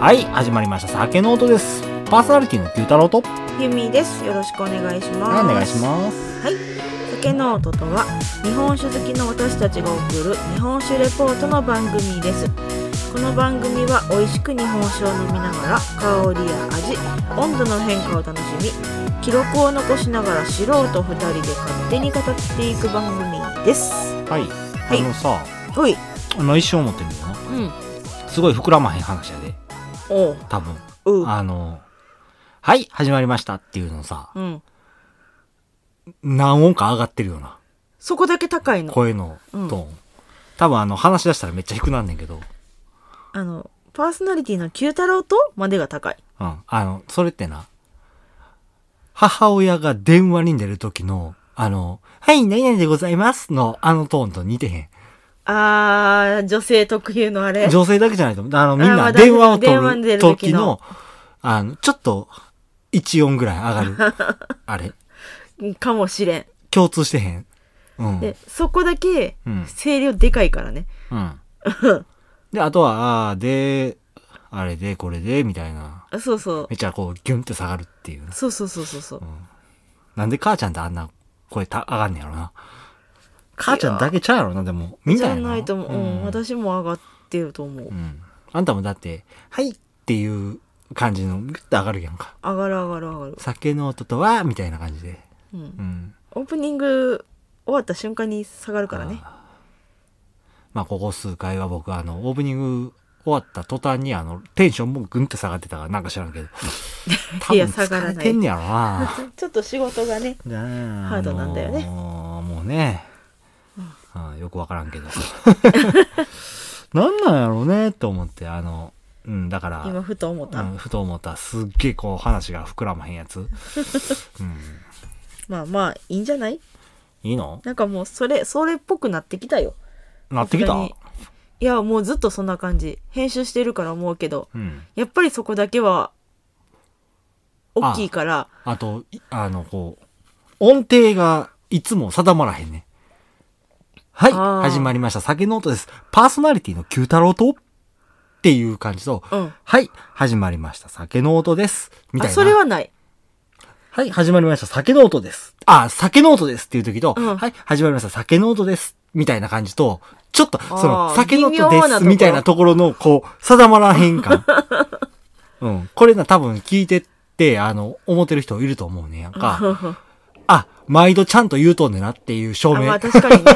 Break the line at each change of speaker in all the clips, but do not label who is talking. はい始まりました酒の音ですパーソナリティの九太郎とお
ゆみです。よろしくお願いします。
願いします
はい。酒の音とは日本酒好きの私たちが送る日本酒レポートの番組です。この番組は美味しく日本酒を飲みながら香りや味、温度の変化を楽しみ、記録を残しながら素人2人で勝手に語っていく番組です。
はい、
い
あのさ
おい、
あの一瞬思ってるけどな
うん、
すごい膨らまへん話やで
おう、
多分
う、
あのはい始まりましたっていうのさ
うん、
何音か上がってるような
そこだけ高いの。
声のト
うん
ーン、多分あの話し出したらめっちゃ低くなんねんけど
あのパーソナリティの九太郎とまでが高い。
うん。あの、それってな、母親が電話に出る時の、あの、はい、何々でございますの、あのトーンと似てへ
あー、女性特有のあれ
ん。。女性だけじゃないと思う。あの、みん
ま
な
あ
電話を取
電話に出
る
る時
時
の
の、あの、ちょっと、1音ぐらい上 がる。あれ
かもしれん。
共通してへん。うん。
で、そこだけ
うん、
声量でかいからね。
うん。で、あとは、あーで、あれで、これで、みたいな。
あそうそう
め。っちゃこう、ギュンって下がるっていう。
そうそうそうそうそう。
なんで母ちゃんってあんな声た上がんねやろな。母ちゃんだけちゃうやろな、でも。みん
じ
なや
ゃ
ろ
ないと思う。うん、私も上がってると思う
う。ん。あんたもだって、はいっていう感じの、ぐっと上がるやんか。
上がる上がる上がる。
酒の音とは、みたいな感じで。
うん。
うん。
オープニング終わった瞬間に下がるからね。
まあ、ここ数回は僕、あの、オープニング終わった途端に、あの、テンションもぐんって下がってたから、なんか知ら んけど。多分
いや下が
疲
らな
れ
い
てんねやろ な。
ちょっと仕事がね。
ハ
ハードなんだよね
もうね、あーよくわからんけど。 なんなんやろうねと思って、あの、うん、だから、
今ふと思った。
うん、ふと思ったすっげえこう話が膨らまへんやつ、うん、
まあまあ、いいんじゃない
いいの
なんかもう、それ、それっぽくなってきたよ。
なってきた
さすがにいや、もうずっとそんな感じ。編集してるから思うけど、
うん
やっぱりそこだけは、大きいから、
あといあのこう音程がいつも定まらへんねはい
あー
始まりました酒ノートですパーソナリティの九太郎とっていう感じと、
うん
はい始まりました酒ノートですみたい
あ、
な
それはない。
はい、始まりました。酒ノートです。あ、酒ノートですっていう時と、
うん
はい、始まりました。酒ノートです。みたいな感じと、ちょっと、その、
あー
酒ノー
微妙
ト
な
で
とこ
す
ろ
みたいなところの、こう、定まらへん 感。うん。これな、多分聞いてって、あの、思ってる人いると思うねやんか。 あ、毎度ちゃんと言うとんねんなっていう証
あ
明。
まあ確か にね。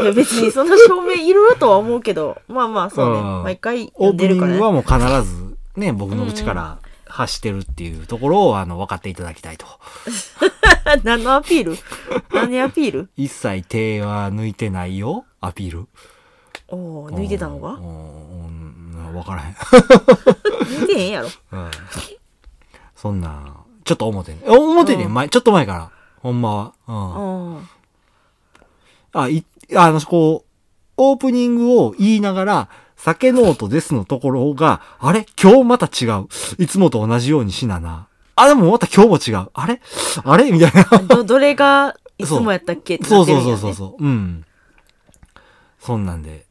いや別にその証明いるとは思うけど、まあまあそうね。
うん
毎回
オ
呼ん
ープ
で
ニ
る
ン
から、
グ
ね
は。もう必ず、ね、僕の口から発してるっていうところを、あの、分かっていただきたいと。
何のアピール何アピール
一切手は抜いてないよ、アピール。
おお抜いてたのが
うんうんうんわからへん。
抜いてへんやろ。
うんそんな、ちょっと思ってん。思ってんね
うん
ん、前、ちょっと前から。ほんまは。
うん。
うん。あ、い、あの、こう、オープニングを言いながら、酒ノートですのところが、あれ今日また違う。いつもと同じようにしなな。あ、でもまた今日も違う。あれあれみたい な。
ど、どれがいつもやったっけって
そ
な
う
って
そう
る
ん
や、
そ
ね、
うそうそう。うん。そんなんで、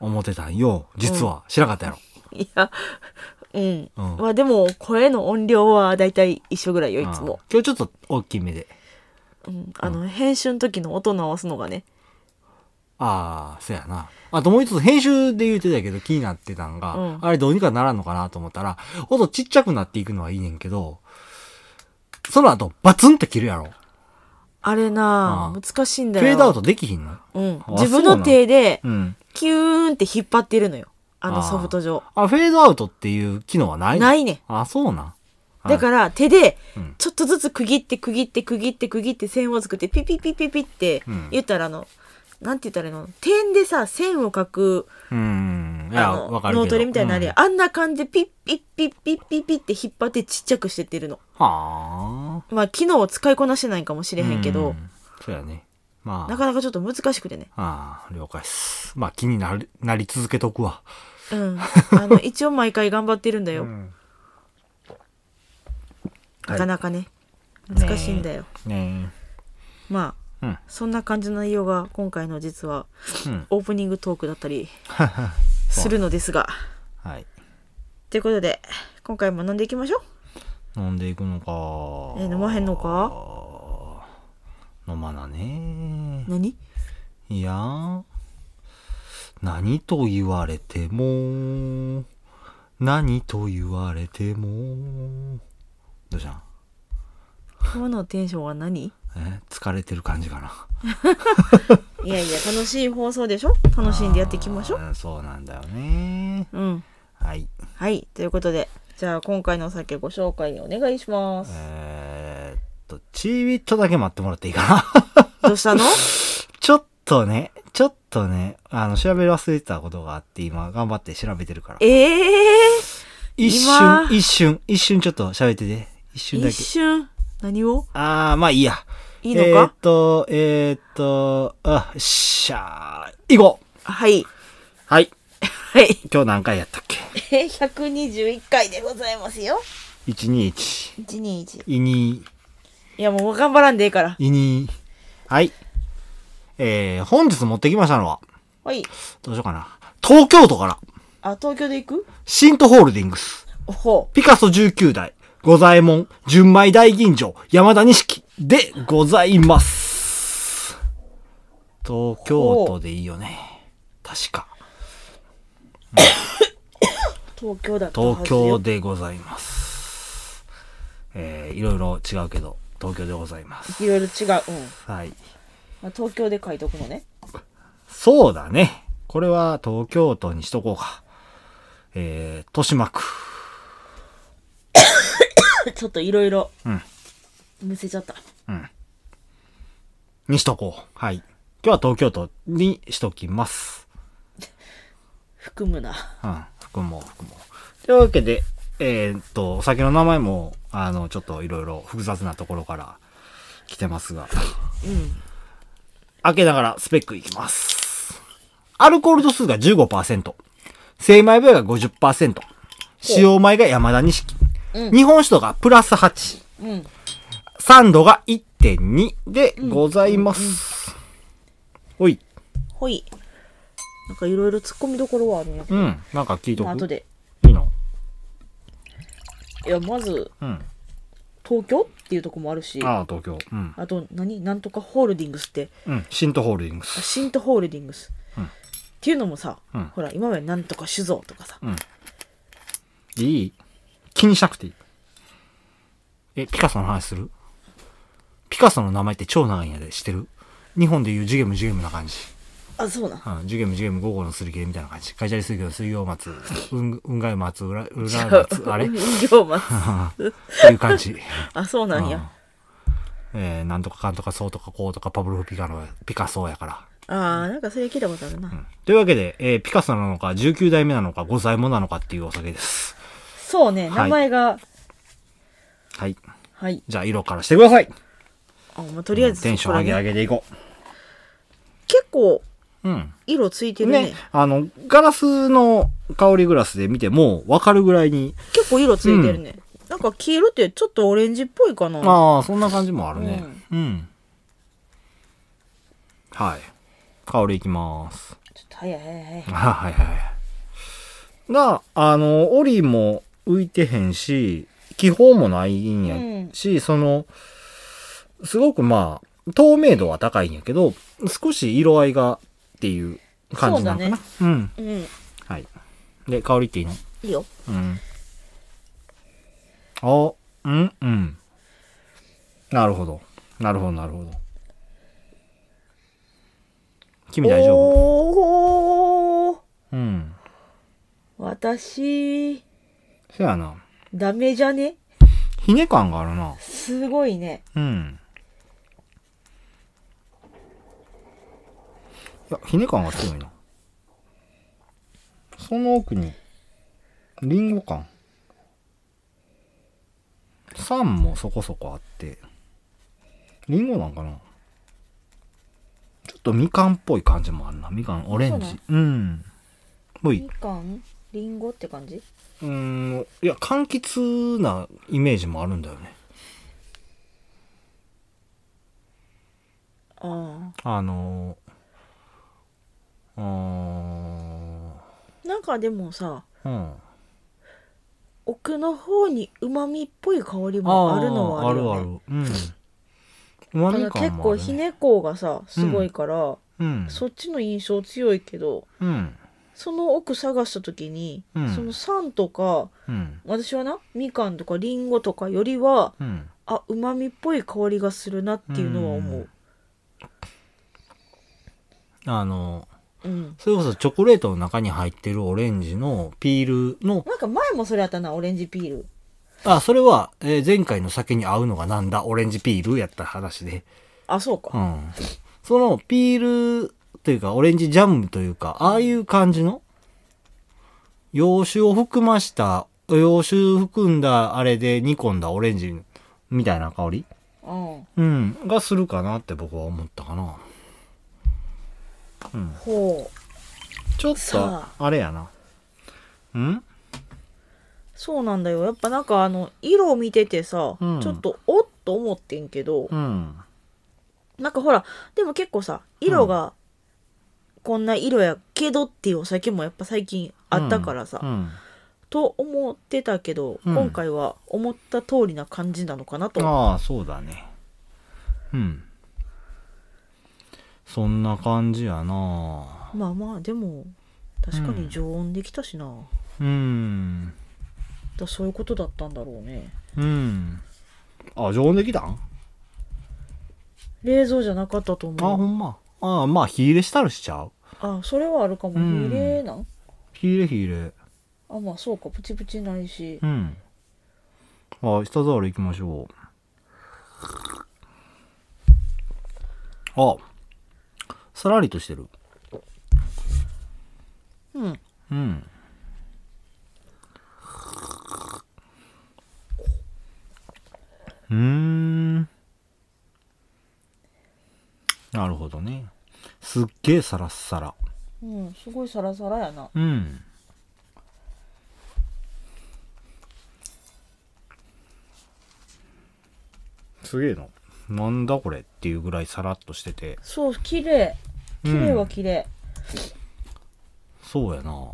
思ってたんよ。実は、知らなかったやろ。
いや、うん。
うん
まあでも、声の音量はだいたい一緒ぐらいよ、いつ
うん
も。
今日ちょっと大きめで。
うん。あの、編集の時の音直すのがね。
ああ、そやな。あともう一つ編集で言うてたけど気になってたんが、
うん
あれどうにかならんのかなと思ったら、音ちっちゃくなっていくのはいいねんけど、その後バツンって切るやろ。
あれな
う
あ
ん
難しいん
フ
だよ。
ェードアウトできひんの
うん
あ。
自分の手で
う、ん。
キューンって引っ張ってるのよ。あ
あー
のソフト上。
あ、フェードアウトっていう機能はないの
ないね。
あ、そうなん。
だから手で
うん、
ちょっとずつ区切って区切って区切って区切って線を作って、ピピピピピって
うん
言ったらあの、なんて言ったらいいの点でさ、線を描く、
ら、うん。い
あ
や、
の、
わかるけど。
脳トレみたいにな
う
るや
ん
ん。あんな感じでピッピッピッピッピッピッって引っ張ってちっちゃくしてってるの。
はあ。
まあ、機能を使いこなしてないかもしれへんけ
う
ど、
ん。そうやね。ま
な
あ、
かなかちょっと難しくてね。
ああ、了解っす。まあ気になる、なり続けとくわ。
うん。あの、一応毎回頑張ってるんだよ。なかなかね、難しいんだよ。
ね
ま
え。
あ、
うん。
そんな感じの内容が今回の実は
うん
オープニングトークだったりするのですが、
はい。
ということで今回も飲んでいきましょ
飲んでいくのか
え飲まへんの
か飲まなね
う何
いや何と言われても何と言われてもどうしたん
今のテンションは何
え疲れてる感じかない
やいや楽しい放送でしょ楽しんでやっていきましょう
あーそうなんだよね
うん
はい
はいということでじゃあ今回のお酒ご紹介お願いします
えーっとちびっとだけ待ってもらっていいかな
どうしたの
ちょっとねちょっとねあの調べ忘れてたことがあって今頑張って調べてるから
ええ
一
今
瞬一瞬一瞬ちょっと喋ってて一瞬だ
一
け
瞬何を
あーまあいいや
いいの
えーっ
か、
とえーっとあよっしゃー行こう
はい
はい
はい
今日何回やったっけ
えー121回でございますよ
121
121
イニ
いやもう頑張らんでええから
イニはいえー、本日持ってきましたのは
はい
どうしようかな東京都から
あ東京で行く
シントホールディングス
おほ
ピカソ19代五左衛門純米大吟醸山田錦でございます東京都でいいよね確か
東京だったは
東
ず
京
よ
でございます。えー、いろいろ違うけど、東京でございます。
いろいろ違ううん、
はい。
まあ、東京で書いとくのね
そうだね。これは東京都にしとこうか。えー、豊島区。
ちょっといろいろ
うん
むせちゃった
にしとこう。はい。今日は東京都にしときます。
含むな
うん。服も服も。というわけで、えー、っと、お酒の名前も、あの、ちょっといろいろ複雑なところから来てますが。
うん
開けながらスペックいきます。アルコール度数が15%。精米部位が50%。使用米が山田錦。
うん
日本酒度がプラス8。
うん
酸度が1.2でございます。おい。
ほいなんかいろいろ突っ込みどころはあるんやけ
うん。なんか聞いと
ど、まあ、
く。
後で
いいの
いやまず
うん。
東京っていうとこもあるし
ああ、東京。うん。
あと何なんとかホールディングスって
うん。シントホールディングス。
シントホールディングス、っていうのもさ、
うん
ほら今までなんとか酒造とかさ、
いい気にしなくていい。え、ピカソの話するピカソの名前って超長いんやで、知ってる日本でいうジュゲムジュゲムな感じ。
あそうなん
うん、ジュゲムジュゲム午後のすり切れみたいな感じ。会社で水魚の水曜松、うん、うんがい松、うら、うら松、 あれっ
行 松
ていう感じ。
あそうなんや、
えー、なんとかかんとかそうとかこうとかパブロフピカの、ピカソーやから。
ああなんかそれ聞いたことあるな、
というわけで、えーピカソなのか、19代目なのか、5歳もなのかっていうお酒です。
そうね
はい
名前がはい、
はい。じゃあ、色からしてください。
あもうとりあえず
テンション上げ上
げ
げていこ
結構
う。うん。
色ついてるね
ね、あの、ガラスの香りグラスで見てもわかるぐらいに、
結構色ついてるね、なんか黄色ってちょっとオレンジっぽいかな
ああ、そんな感じもあるね。うん。はい。香りいきます。
ちょっと早い早い早い
あはいはいはい。な、あの、オリも浮いてへんし、気泡もないんやし、その、すごくまあ、透明度は高いんやけど、少し色合いがっていう感じなのかな。うん。
うん
はい。で、香りっていいの
いいよ
うん。あ、うん、うん。なるほど。なるほど、なるほど。君大丈夫
おー
うん。
私
せやな。
ダメじゃね
ひね感があるな。
すごいね
うん。いや、ひね感が強いな。その奥に、リンゴ感。酸もそこそこあって、リンゴなんかなちょっとみかんっぽい感じもあるな。みかん、オレン
そ
ジ。うん。ほい
み。かんりんごって感じ
うーん、いや、柑橘なイメージもあるんだよね。
あ
あのー、あー
あなんかでもさ
うん。
奥の方に旨味っぽい香り
あ
もあるのはあるよ、
ある
ね、
あるうんうまみ
た
感
だ結
もあ
構
る、ね、
ひねこうがさすごいから、
うん
そっちの印象強いけど
うん
その奥探した時に、
うん
その酸とか
うん
私はなみかんとかりんごとかよりは
うん
あ旨味っぽい香りがするなっていうのは思う
あの
うん、
それこそチョコレートの中に入ってるオレンジのピールの
なんか前もそれあったなオレンジピール
あそれは、えー前回の酒に合うのがなんだオレンジピールやった話で
あそう
う
か、
んそのピールというかオレンジジャムというかああいう感じの洋酒を含ました洋酒含んだあれで煮込んだオレンジみたいな香り
うん
うんがするかなって僕は思ったかな
ほう
ちょっと
さ
あれやなうん
そうなんだよやっぱなんかあの色を見ててさ、
うん
ちょっとおっと思ってんけど、
うん
なんかほらでも結構さ色がこんな色やけどっていうお酒もやっぱ最近あったからさ、
うん
と思ってたけど、
うん
今回は思った通りな感じなのかなと
ああそうだねうんそんな感じやな
まあまあでも確か
うん
に常温できたしな、
うん
だそういうことだったんだろうね
うんあ常温できたんあ
冷蔵じゃなかったと
ほ
思うん
まああまあ火入れしたらしちゃう
あそれはあるかも
うん
冷えなん
火入れ火入れ
あまあそうかプチプチになるし
うんあ舌触りいきましょうあさらりとしてる
うん
うんうーんなるほどねすっげえサラッサラ
うんすごいサラサラやな
うんすげえななんだこれっていうぐらいサラッとしてて
そう綺麗綺麗は綺麗、
そうやな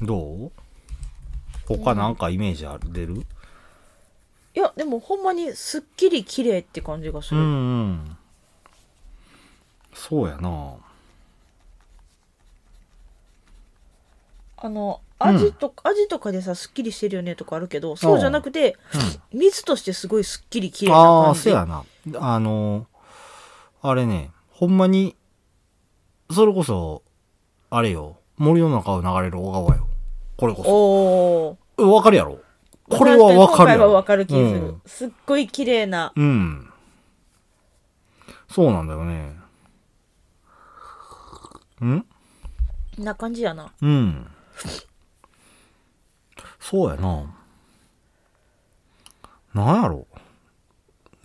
どう他なんかイメージある出る
いやでもほんまにすっきり綺麗って感じがす
うん
る、
うんそうやな
あの
うん
味とか、味とかでさすっきりしてるよねとかあるけどそうじゃなくて、水としてすごいすっきり綺麗な
ああ
感
ー、
じ
せやな。あの、あれね、ほんまに、それこそ、あれよ、森の中を流れる小川よ。これこそ。
おお
えわかるやろこれはわかるや
今回は
ろ
わかる気がする、
うん
すっごい綺麗な
うん。そうなんだよね。うん
な感じやな
うん。そうやな。なんやろ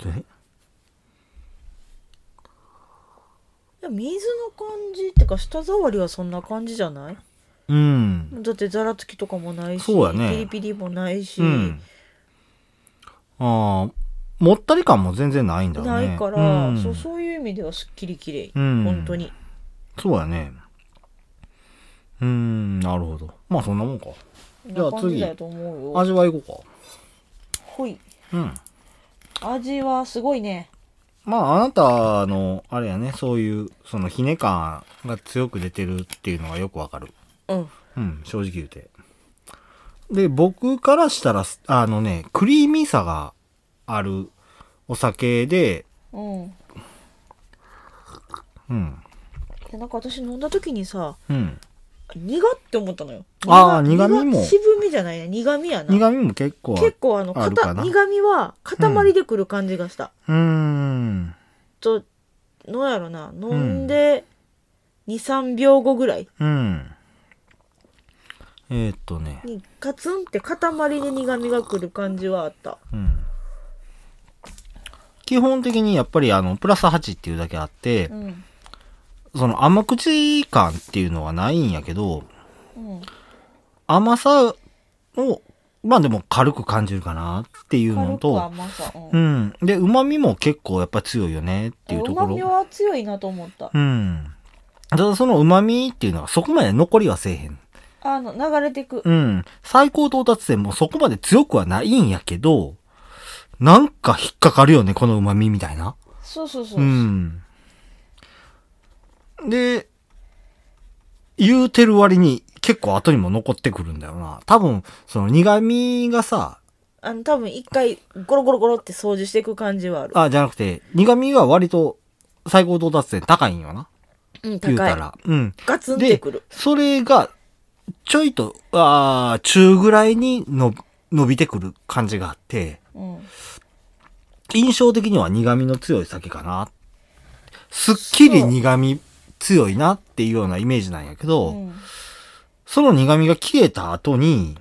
え
いや水の感じってか舌触りはそんな感じじゃない
うん。
だってざらつきとかもないし
そうやね
ピリピリもないし、
うん、ああもったり感も全然ないんだよ
な
ね
いから、
うん、
そうそういう意味ではすっきり綺麗、
うん
本当に
そうやねうーんなるほどまあそんなもんかじゃあ
な感じだと思うよ
味わいいこ
ほい
か
う
うん
味はすごいね
まああなたのあれやねそういうそのひね感が強く出てるっていうのがよくわかる
うん
うん正直言うてで僕からしたらあのねクリーミーさがあるお酒で
うん
うん
でなんか私飲んだ時にさ
うん
苦って思ったのよ
あー苦味も
渋みじゃないね苦味やな
苦味も結構あ
結構あの
あるか
かた
な
苦味は塊でくる感じがした、
うーん
とのやろな飲んで23秒後ぐらい
うん。えーっとね、
にカツンって塊で苦味がくる感じはあった
うん。基本的にやっぱりあの、プラス8っていうだけあって
う、ん
その甘口感っていうのはないんやけど、
うん
甘さを、まあでも軽く感じるかなっていうの
軽く
と、
甘さうん
うん。で、旨味も結構やっぱ強いよねっていうとこ
うまみ
ろ。
は強いなと思った
うん。ただその旨味っていうのはそこまで残りはせえへん。
あの、流れてく。
うん。最高到達点もそこまで強くはないんやけど、なんか引っかかるよね、この旨味みたいな。
そうそうそう。
うん。で、言うてる割に結構後にも残ってくるんだよな。多分、その苦味がさ、
あの、多分一回、ゴロゴロゴロって掃除していく感じはある。
あ、じゃなくて、苦味が割と最高到達点高いんよな。
うん、高
言
い。
うたら。うん。
ガツンってくる。
それが、ちょいと、あー中ぐらいにの伸びてくる感じがあって、
うん。
印象的には苦味の強い酒かな。すっきり苦味強いなっていうようなイメージなんやけど、
うん
その苦味が消えた後に、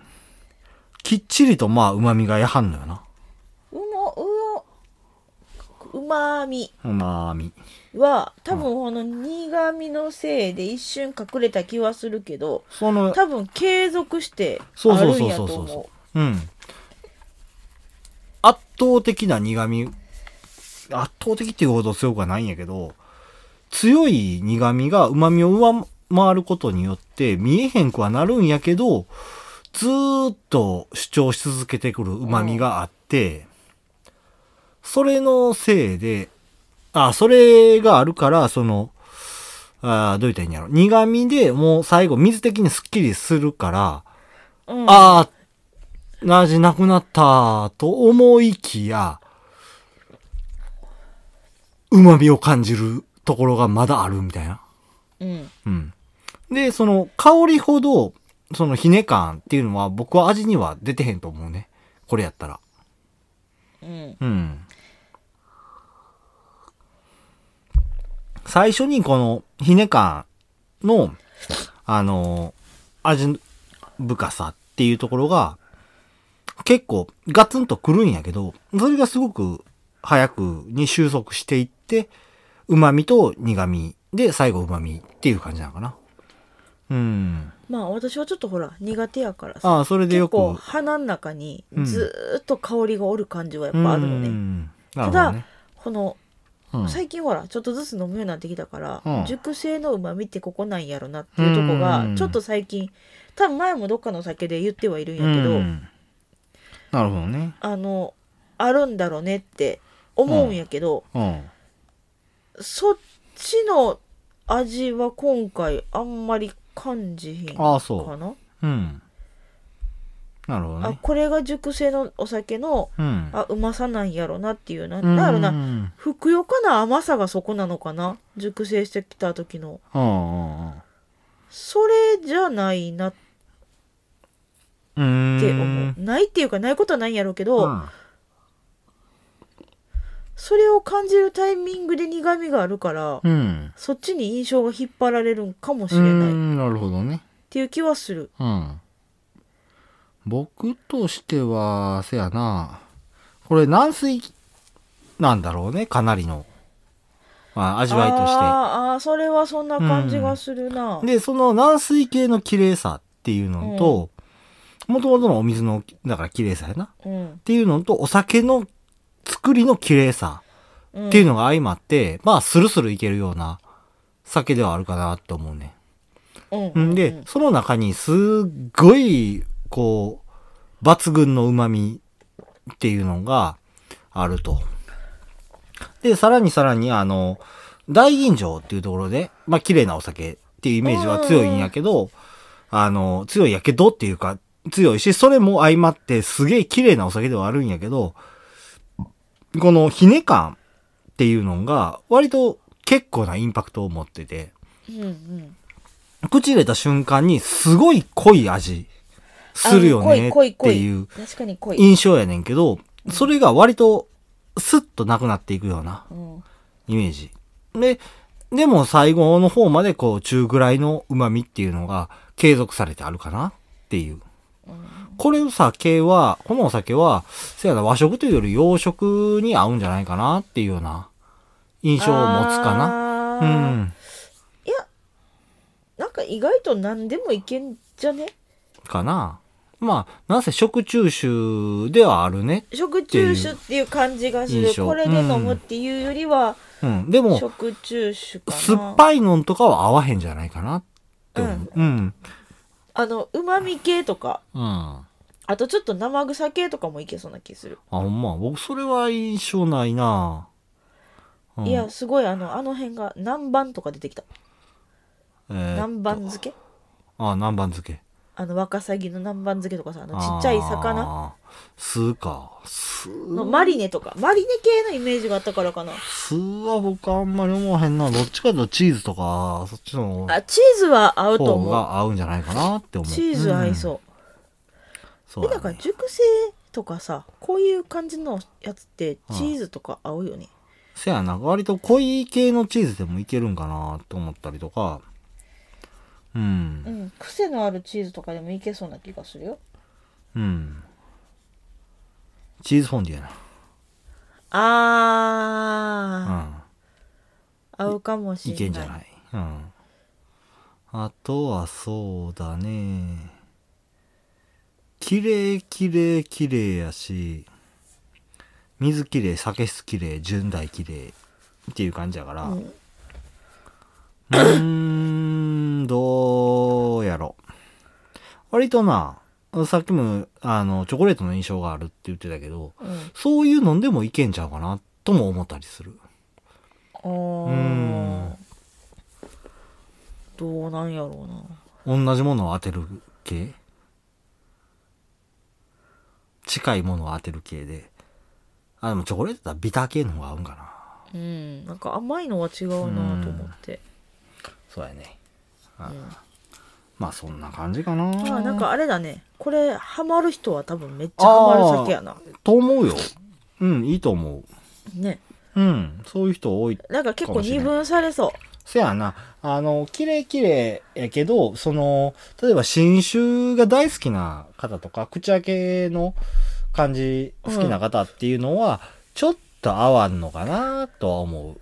きっちりとまあ旨味がやはんのよな。
うの、うの、うまみ
旨味。
は、多分この苦味のせいで一瞬隠れた気はするけど、
その、
多分継続して
そう
あ
そう
るん
そう
や
そ
と
う
思
そう。うん。圧倒的な苦味、圧倒的っていうほど強くはないんやけど、強い苦味が旨味を上回ることによって見えへんくはなるんやけど、ずーっと主張し続けてくる旨味があって、それのせいで、あ、それがあるから、その、あーどう言ったらいいんやろ。苦味でもう最後水的にスッキリするから、
う。うん、
ああ、なじなくなったと思いきや、旨味を感じるところがまだあるみたいな。
うん。
うん。で、その香りほど、そのひね感っていうのは僕は味には出てへんと思うね。これやったら。
うん。
うん。最初にこのひね感の、あの、味深さっていうところが、結構ガツンとくるんやけど、それがすごく早くに収束していって、旨味と苦味で最後旨味っていう感じなのかな。うん。
まあ私はちょっとほら、苦手やからさ。
ああ、それで
結
よく。
構鼻の中にずーっと香りがおる感じはやっぱあるのね。
うんな
た
るほど
だ、
ね。
この
うん
最近ほらちょっとずつ飲むようになってきたから、
うん
熟成のうまみってここなんやろなっていうとこ
う
が
ん
ちょっと最近多分前もどっかのお酒で言ってはいるんやけど、
うんなるほどね。
あのあるんだろうねって思うんやけど、
うん。
そっちの味は今回あんまり感じひんか
ああ、そ
な
う。うん。なるほど
あ
ね。
これが熟成のお酒の
うん。
あうまさなんやろなっていうな
うん
だろうな、
うん
ふくよかな甘さがそこなのかな熟成してきた時の
うんうん。
それじゃないなっ
うん。
て思うないっていうかないことはないんやろうけど、
うん
それを感じるタイミングで苦味があるから、
うん。
そっちに印象が引っ張られるんかもし
う
れないっ
ん。なるほどね。
ていう気はする
うん。僕としては、せやな。これ軟水なんだろうね、かなりの。まあ、味わいとして。
あーあーそれはそんな感じがするな、
で、その軟水系の綺麗さっていうのと、もともとのお水の、だから綺麗さやな。
うん
っていうのと、お酒の作りの綺麗さ
うん
っていうのが相まって、まあ、スルスルいけるような酒ではあるかなって思うね。
うん
んで、その中にすっごい、こう、抜群の旨味っていうのがあると。で、さらにさらに、あの、大吟醸っていうところで、まあ、綺麗なお酒っていうイメージは強いんやけど、あの、強いやけどっていうか、強いし、それも相まってすげえ綺麗なお酒ではあるんやけど、このひね感っていうのが、割と結構なインパクトを持ってて、
うんうん
口入れた瞬間にすごい濃い味するよね
あ濃い
っ
濃
て
い
い
濃
う
い確かに濃い、
印象やねんけど、それが割とスッとなくなっていくような
うん、
イメージ。で、でも最後の方までこう中ぐらいの旨味っていうのが継続されてあるかなっていう。これの酒は、このお酒は、せやな和食というより洋食に合うんじゃないかなっていうような印象を持つかな。
な
うん。
いやなんか意外と何でもいけんじゃね
かな。まあ、なんせ食中酒ではあるね。
食中酒っていう感じがする
印象
これで飲むっていうよりは、
うん。でも、
食中酒かな
酸っぱいのんとかは合わへんじゃないかなって思う。うん。
あのうまみ系とか
うん。あ、
あとちょっと生臭系とかもいけそうな気する、
ほんま。僕、それは印象ないな、うん
いや、すごいあのあの辺が南蛮とか出てきた
えー、
南蛮漬け
あ、南蛮漬け。
あのワカサギの南蛮漬けとかさあのちっちゃい魚
あー。酢か。酢
のマリネとかマリネ系のイメージがあったからかな
酢は僕あんまり思わへんな。どっちかというとチーズとか、そっちの
あチーズは合うと
方
思う
が合うんじゃないかなって思う。
チーズ合いそう、
うん。
で
そう
だ
だ
から
ね。
熟成とかさこういう感じのやつってチーズとか合うよね、
せやな、割と濃い系のチーズでもいけるんかなと思ったりとか。う。
うんん、癖のあるチーズとかでもいけそうな気がするよ
うん。チーズフォンデュやな。
あー、合うかもし
うん。
れ
い
な
け
い
んじゃない。うん。あとはそうだね。綺麗綺麗綺麗やし、水綺麗酒質綺麗純大綺麗っていう感じやから、う
うん
ーん、どうやろ。割とな、さっきも、あの、チョコレートの印象があるって言ってたけど、
うん
そういうのでもいけんちゃうかな、とも思ったりする。
おーどうなんやろうな
同じものを当てる系近いものを当てる系で。あ、でもチョコレートだったらビター系の方が合うんかな。
うんなんか甘いのは違うなと思って、
そうやね。
うん
まあそんな感じかな。
まあなんかあれだねこれハマる人は多分めっちゃハマる酒やな
と思うよ。うん、いいと思う。
ね
うん、そういう人多い。
なんか結
か
構
もしれ
二
ない
分されそう
せやな。あの、綺麗綺麗やけど、その、例えば新酒が大好きな方とか、口開けの感じ好きな方っていうのは、ちょっと合わんのかなとは思う。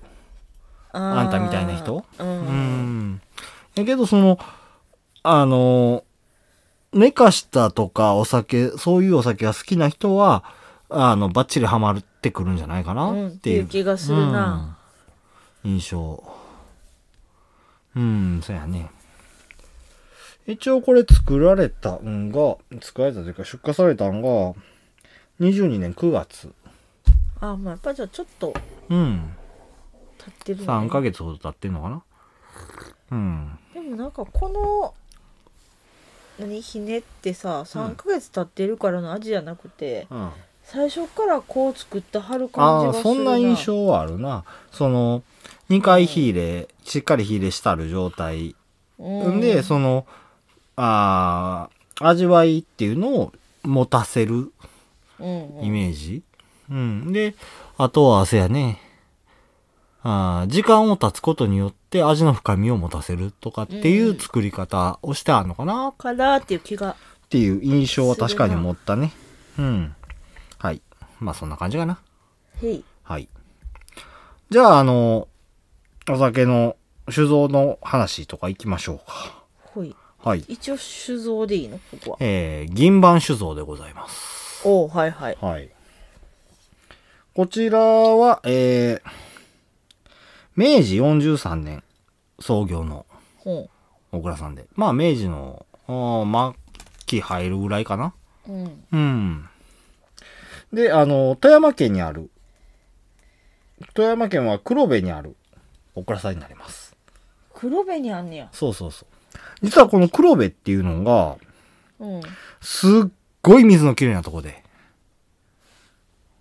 あ
あんたみたいな人
う、
うんん。やけど、その、あの、寝かしたとかお酒、そういうお酒が好きな人は、あの、バッチリハマってくるんじゃないかな
うん
っていう。
っていう気がするな
うん。印象。うん、そうやね。一応これ作られたんが、作られたというか出荷されたんが、22年9月。
あまあやっぱじゃあちょっと
うん。
経ってるね
3ヶ月ほど経ってんのかなうん。
でもなんかこの何ひねってさ3ヶ月経ってるからの味じゃなくて、
うん。
最初からこう作ってはる感じ
ああ
が
ー、
する
そんな印象はあるな。その、2回火入れ、しっかり火入れしたる状態。
うん
で、その、ああ、味わいっていうのを持たせる
うんうん
イメージ。うん。で、あとは、せやね。ああ、時間を経つことによって味の深みを持たせるとかってい
うん
う作り方をしてあるのかなっ
からっていう気が
ていう印象は確かに持ったね。うん。はい。まあそんな感じかな。
へい
はい。じゃあ、あの、お酒の酒造の話とか行きましょうか。
ほい
はい。
一応酒造でいいのここは
えー、銀盤酒造でございます。
おおはいはい
はい。こちらは、えー、明治43年創業の
ほ
小倉さんで。まあ、明治の、あー末期入るぐらいかな。
ううん
うん。で、あの、富山県にある、富山県は黒部にある小倉さんになります。
黒部にあんねや
そうそうそう。実はこの黒部っていうのが、
うん
すっごい水のきれいなとこで。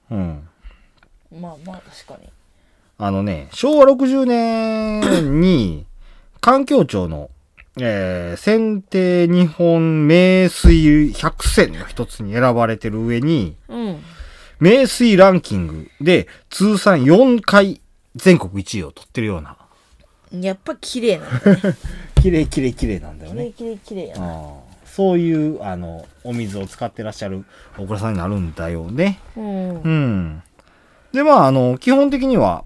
うん。
まあまあ確かに
あのね、昭和60年に、環境庁の、えー、選定日本名水100選の一つに選ばれてる上に、
うん
名水ランキングで通算4回全国1位を取ってるような、
やっぱ綺麗なんだ
綺麗綺麗綺麗なんだよ
綺麗
ね。
綺麗綺麗やな
あーそういう、あの、お水を使ってらっしゃる小倉さんになるんだよね。
うん
う、ん。で、まあ、あの、基本的には、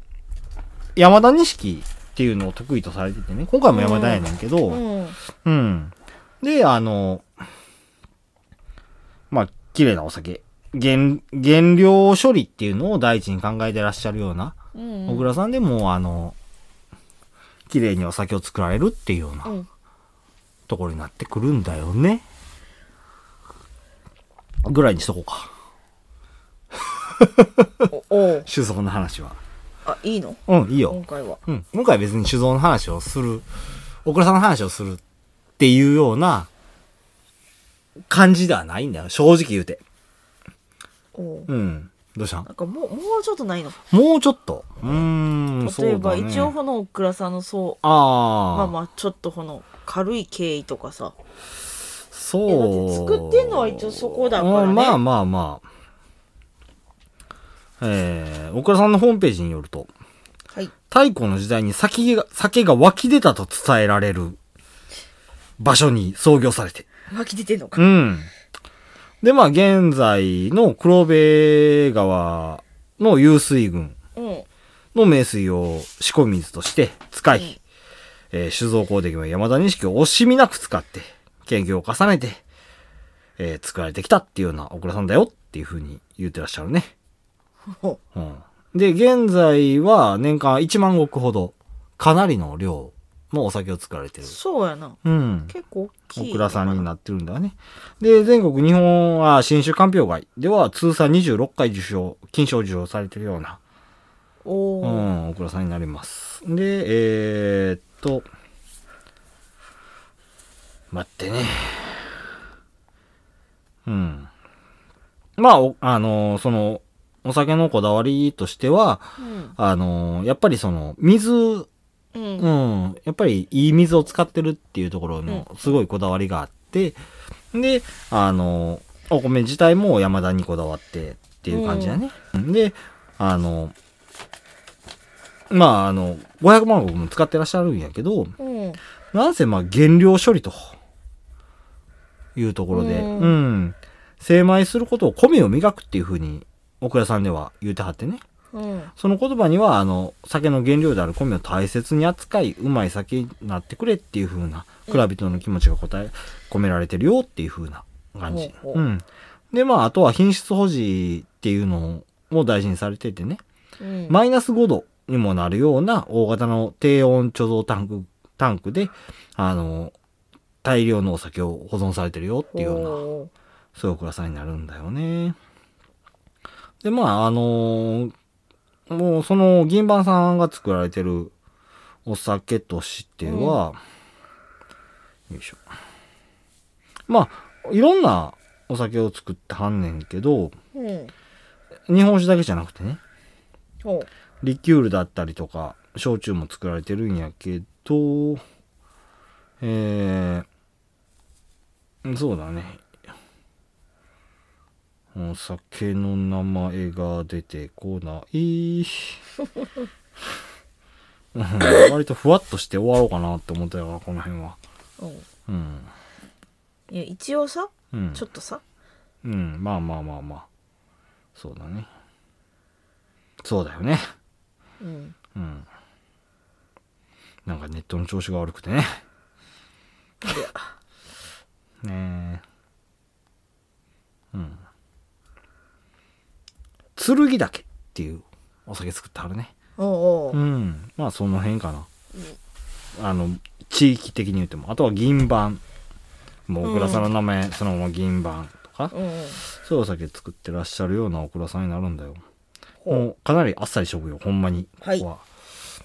山田錦っていうのを得意とされててね、今回も山田やねんけど、うん。
うん、
で、あの、まあ、綺麗なお酒。原、原料処理っていうのを第一に考えてらっしゃるような、
ううん、
小倉さんでも、あの、綺麗にお酒を作られるっていうよう
う
なんところになってくるんだよね。ぐらいにしとこうか。
おおう
酒造の話は。
あいいの
うん、いいよ。
今回は
うん。向井は別に酒造の話をする、小倉さんの話をするっていうような感じではないんだよ。正直言うて。
おう
うん。どうしたん
なんかもうもうちょっとないの
もうちょっと。うーん、そう
例え
だ
ば、
ね。
一応ほの倉さんのそう
ああ。
まあまあちょっとこの軽い経緯とかさ
そう。
えだって作ってんのは一応そこだからね
うんまあまあまあ。えー、小倉さんのホームページによると、
はい
太古の時代に酒が、酒が湧き出たと伝えられる場所に創業されて、
湧き出てんのか
うん。で、まあ、現在の黒部川の湧水群
うん
の名水を仕込み水として使い、
うん
えー酒造工的は山田錦を惜しみなく使って、研究を重ねて、えー作られてきたっていうような小倉さんだよっていうふうに言ってらっしゃるね。
ほ
うん。で、現在は年間1万石ほど、かなりの量のお酒を作られて
う
る。
そうやな
うん。
結構大きい
小倉さんになってるんだよね。で、全国日本あ新酒鑑評会では通算26回受賞、金賞受賞されてるような、
お
う
お、
ん、小倉さんになります。で、えーっと、待ってね。うん。まあ、おあのーその、お酒のこだわりとしては、
うん
あのーやっぱりその、水
うんうん
うん、やっぱりいい水を使ってるっていうところのすごいこだわりがあって、で、あの、お米自体も山田にこだわってっていう感じだね。で、あの、まあ、あの、500万石も使ってらっしゃるんやけど、
うん
なんせまあ原料処理というところで、う
うん
ん、精米することを米を磨くっていうふうに、奥屋さんでは言うてはってね。
うん
その言葉には、あの、酒の原料である米を大切に扱い、うまい酒になってくれっていう風な、蔵人の気持ちが答え、込められてるよっていう風な感じ。
ほうほ
う。
うん
で、まあ、あとは品質保持っていうのを大事にされててね、
うん
マイナス5度にもなるような大型の低温貯蔵タンク、タンクで、あの、大量のお酒を保存されてるよっていうような
ほ
そういうおさんになるんだよね。で、まあ、あのーもうその銀盤さんが作られてるお酒としては、よいしょ。まあ、いろんなお酒を作ってはんねんけど、
ううん
日本酒だけじゃなくてね、
ほ
リキュールだったりとか、焼酎も作られてるんやけど、えー、そうだね。お酒の名前が出てこない。うん割とふわっとして終わろうかなって思ったよな、この辺は。
ううん
うん。
いや一応さ
うん。
ちょっとさ
うん、まあまあまあまあ。そうだね。そうだよね。
うん
うん。なんかネットの調子が悪くてね。ねえ。うん。剣岳っていうお酒作ってはるね。
おうお
う。
うん
まあその辺かな。あの、地域的に言っても。あとは銀盤。もう小倉さんの名前、そのまま銀盤とか。
うんうん
そういうお酒作ってらっしゃるようなお倉さんになるんだよ。
ほう
もうかなりあっさりしょくよ、ほんまに。ここ
は
は。
い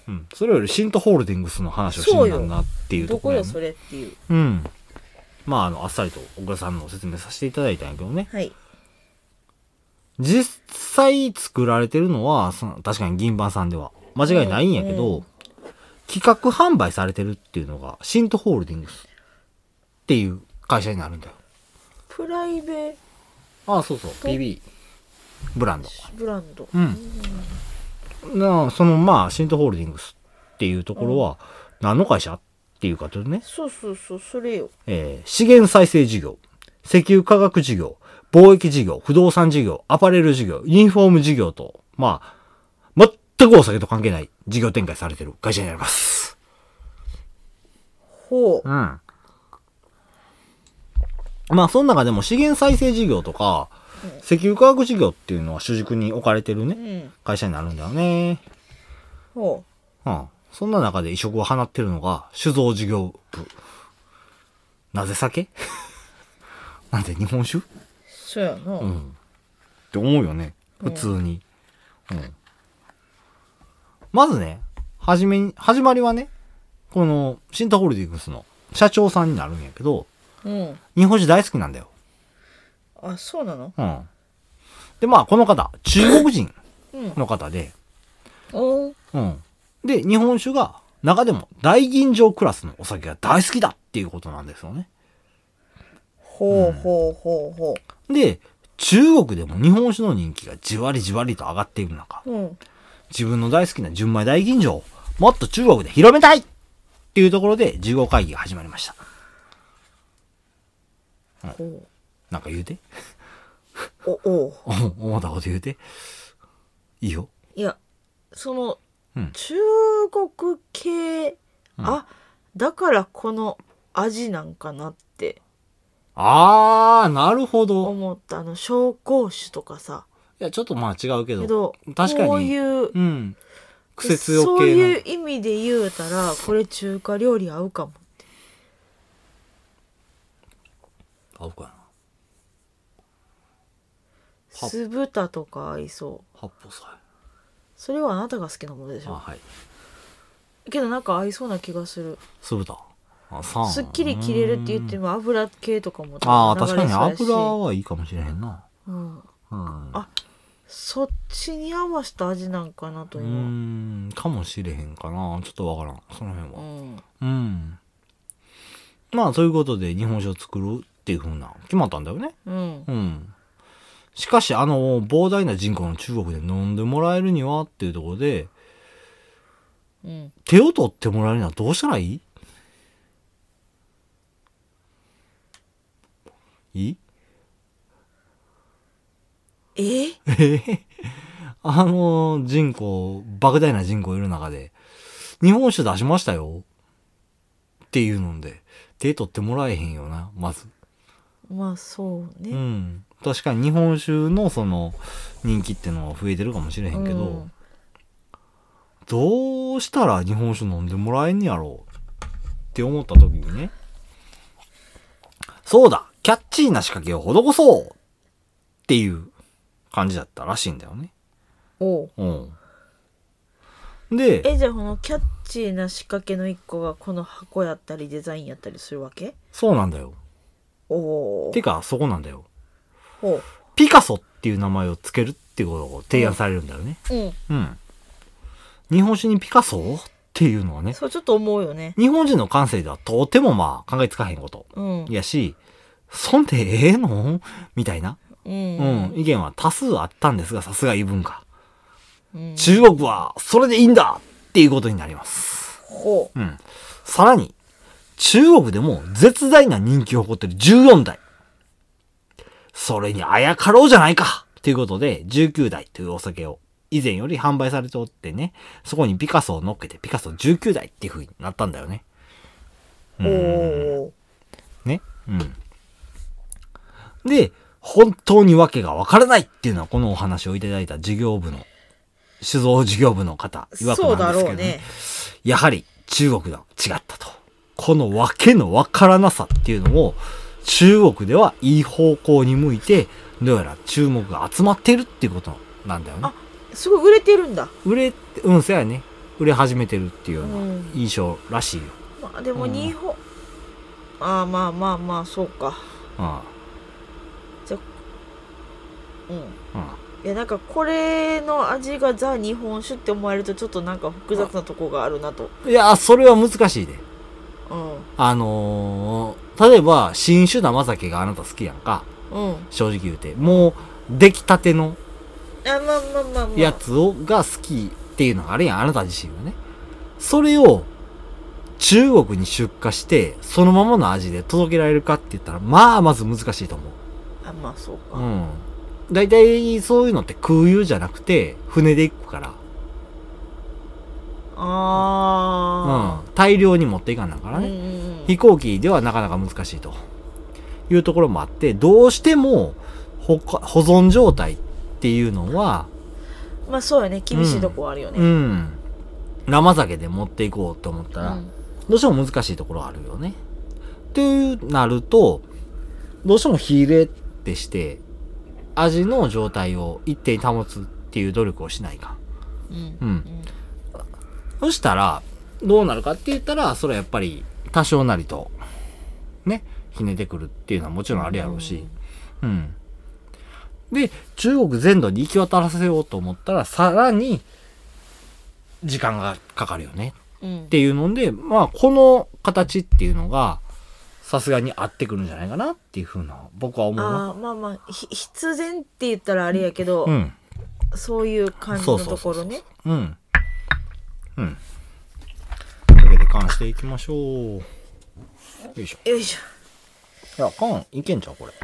うん。それよりシントホールディングスの話をし
そう
に
よ
なんなっていうと
ど
こ
こ
ろ
よ
やね
それっていう
うん。まあ、あの、あっさりと小倉さんの説明させていただいたんやけどね。
はい
実際作られてるのは、その確かに銀盤さんでは間違いないんやけど、
うんうん
企画販売されてるっていうのが、シントホールディングスっていう会社になるんだよ。
プライベー
あそうそう、PB ブランド。
トブランド
うん。なあそのまあ、シントホールディングスっていうところは、何の会社っていうかというとね、
そうそうそうそれよ
えー資源再生事業、石油化学事業、貿易事業、不動産事業、アパレル事業、ユニフォーム事業と、まあ、全くお酒と関係ない事業展開されてる会社になります。
ほう
うん。まあ、その中でも資源再生事業とか、石油化学事業っていうのは主軸に置かれてるね。
うん
会社になるんだよね。
ほ
うん。そんな中で異色を放ってるのが、酒造事業部。なぜ酒 なんで日本酒
うそうやな、
うん。って思うよね。普通に。うん。まずね、はじめに、始まりはね、この、シンタホールディングスの社長さんになるんやけど、
うん、
日本酒大好きなんだよ。
あそうなの
うん。で、まあ、この方、中国人の方で、
おー
うん。で、日本酒が、中でも大吟醸クラスのお酒が大好きだっていうことなんですよね。
ほうほうほうほ
で、中国でも日本酒の人気がじわりじわりと上がっている中、
ううん
自分の大好きな純米大吟醸をもっと中国で広めたいっていうところで15会議が始まりました。
ほう
なんか言うて
おおう
思ったこと言うていいよ。
いやその、
うん
中国系あだからこの味なんかなって
あー、なるほど。
思ったあの紹興酒とかさ
いや、ちょっとまあ違うけど。
けど
確かに
こういう
うん。癖強
そう
系な。
いう意味で言うたらこれ中華料理合うかも
合うかな。は
酢豚とか合いそう
八宝菜。
それはあなたが好きなものでし
あ、
ょ
はい。
けどなんか合いそうな気がする
酢豚。あ、さあ
すっきり切れるって言っても油系とかも
ああ、確かに
流れそう
油
やし
はいいかもしれへんな。
うん、
うん。
あそっちに合わせた味なんかな
う
と
ー
今
ん、かもしれへんかな。ちょっとわからん。その辺
う
は。
ん
うん。まあ、そういうことで日本酒を作るっていうふうな、決まったんだよね。
うん
うん。しかし、あの、膨大な人口の中国で飲んでもらえるにはっていうところで、
うん
手を取ってもらえるにはどうしたらいいいい
え
あの人口、莫大な人口いる中で、日本酒出しましたよ。っていうので、手取ってもらえへんよな、まず。
まあそう
う
ね、
ん。確かに日本酒のその人気ってのは増えてるかもしれへんけど、
うん
どうしたら日本酒飲んでもらえんやろうって思った時にね、そうだキャッチーな仕掛けを施そうっていう感じだったらしいんだよね。
おう
うん。で、
えじゃあこのキャッチーな仕掛けの一個がこの箱やったりデザインやったりするわけ
そうなんだよ。
おお
てか、そこなんだよ。
ほ
ピカソっていう名前をつけるっていうことを提案されるんだよね。
ううん
うん。日本酒にピカソっていうのはね、
そうちょっと思うよね
日本人の感性ではとてもまあ考えつかへんこと。
うん
やし、そんでええのみたいな、
うん
うん、意見は多数あったんですが、さすが異文化。
うん
中国はそれでいいんだっていうことになります。
ほう
うん。さらに、中国でも絶大な人気を誇ってる14代。それにあやかろうじゃないかということで、19代というお酒を以前より販売されておってね、そこにピカソを乗っけてピカソ19代っていう風になったんだよね。
おお
ね。うん。で、本当に訳がわからないっていうのはこのお話をいただいた事業部の、酒造事業部の方、曰く
そ
な
うだ
んです
ろ
け
う
ど
ね
ね。やはり中国では違ったと。この訳のわからなさっていうのを中国ではいい方向に向いて、どうやら注目が集まっているっていうことなんだよね
あ。すごい売れてるんだ
売れ、うん、そうやね。売れ始めてるっていうよう
う
なん印象らしいよ。
まあでも
うん
日本、ああまあまあまあそうか
うん。
う
う
ん
ん。
いやなんかこれの味がザ日本酒って思われるとちょっとなんか複雑なとこがあるなと
いや、それは難しいで。
うん
あのー例えば、新酒生酒があなた好きやんか。
うん
正直言うて。もう、出来たての
あまあまあまあまあ
やつを、が好きっていうのがあるやん。あなた自身はね。それを、中国に出荷して、そのままの味で届けられるかって言ったら、まあ、まず難しいと思
あまあそう
う。う
か
ん。大体、そういうのって空輸じゃなくて、船で行くから。うん
あ。
大量に持っていかんなんか
あ
らね。
ね
飛行機ではなかなか難しいというところもあって、どうしても保保存状態っていうのは、
まあそうよね厳しいとこはあるよ
う
ね
ん、生酒で持っていこうと思ったら、
うん
どうしても難しいところあるよね。ってなると、どうしても火入れってして、味の状態を一定に保つっていう努力をしないかん。
うん
うんそしたら、どうなるかって言ったら、それはやっぱり多少なりと、ね、ひねてくるっていうのはもちろんあるやろうし、うん。で、中国全土に行き渡らせようと思ったら、さらに、時間がかかるよね
うん
っていうので、まあ、この形っていうのが、さすがに合ってくるんじゃないかなっていうふうな、僕は思うな。
あーまあまあひ必然って言ったらあれやけど、
うん。
そういう感じのところね
うん。うん。というわけで、缶していきましょう。よいしょ。
よいし
いや、缶いけんちゃうこれ。よ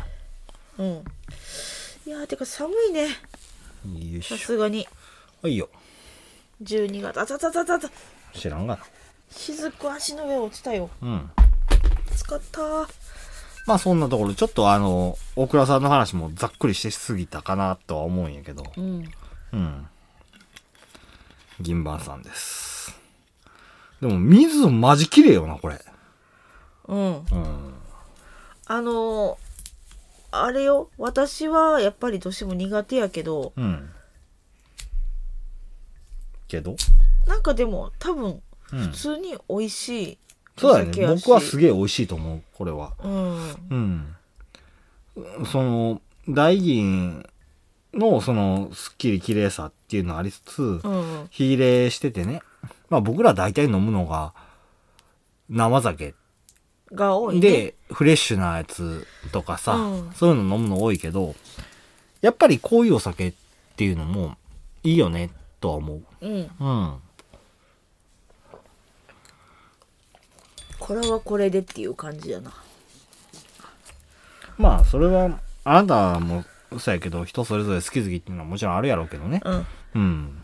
ょうんいやーてか寒いね
いし
さ
ょ。
すがに
はいよ。
12月あたたたたた
知らんがな。
雫足の上落ちたよ
うん。
使ったー
まあそんなところ、ちょっとあの、大倉さんの話もざっくりしてすぎたかなとは思うんやけど。
うん
うん。銀番さんです。でも水マジ綺麗よな、これ。
うん
うん。
あのーあれよ私はやっぱりどうしても苦手やけど
うん。けど
なんかでも多分
うん
普通に美味しい、
そうだ
お
ね。
酒やし
僕はすげえ美味しいと思う、これは。
うん
うん。その、大銀の、その、すっきり綺麗さっていうのありつつ
う、ん
火入れしててね。まあ僕ら大体飲むのが、生酒
が多いね
で、フレッシュなやつとかさ、
うん
そういうの飲むの多いけど、やっぱりこういうお酒っていうのもいいよね、とは思う。
うん
うん。
これはこれでっていう感じやな
まあそれは、あなたもそうやけど、人それぞれ好き好きっていうのはもちろんあるやろうけどね。
うん
うん。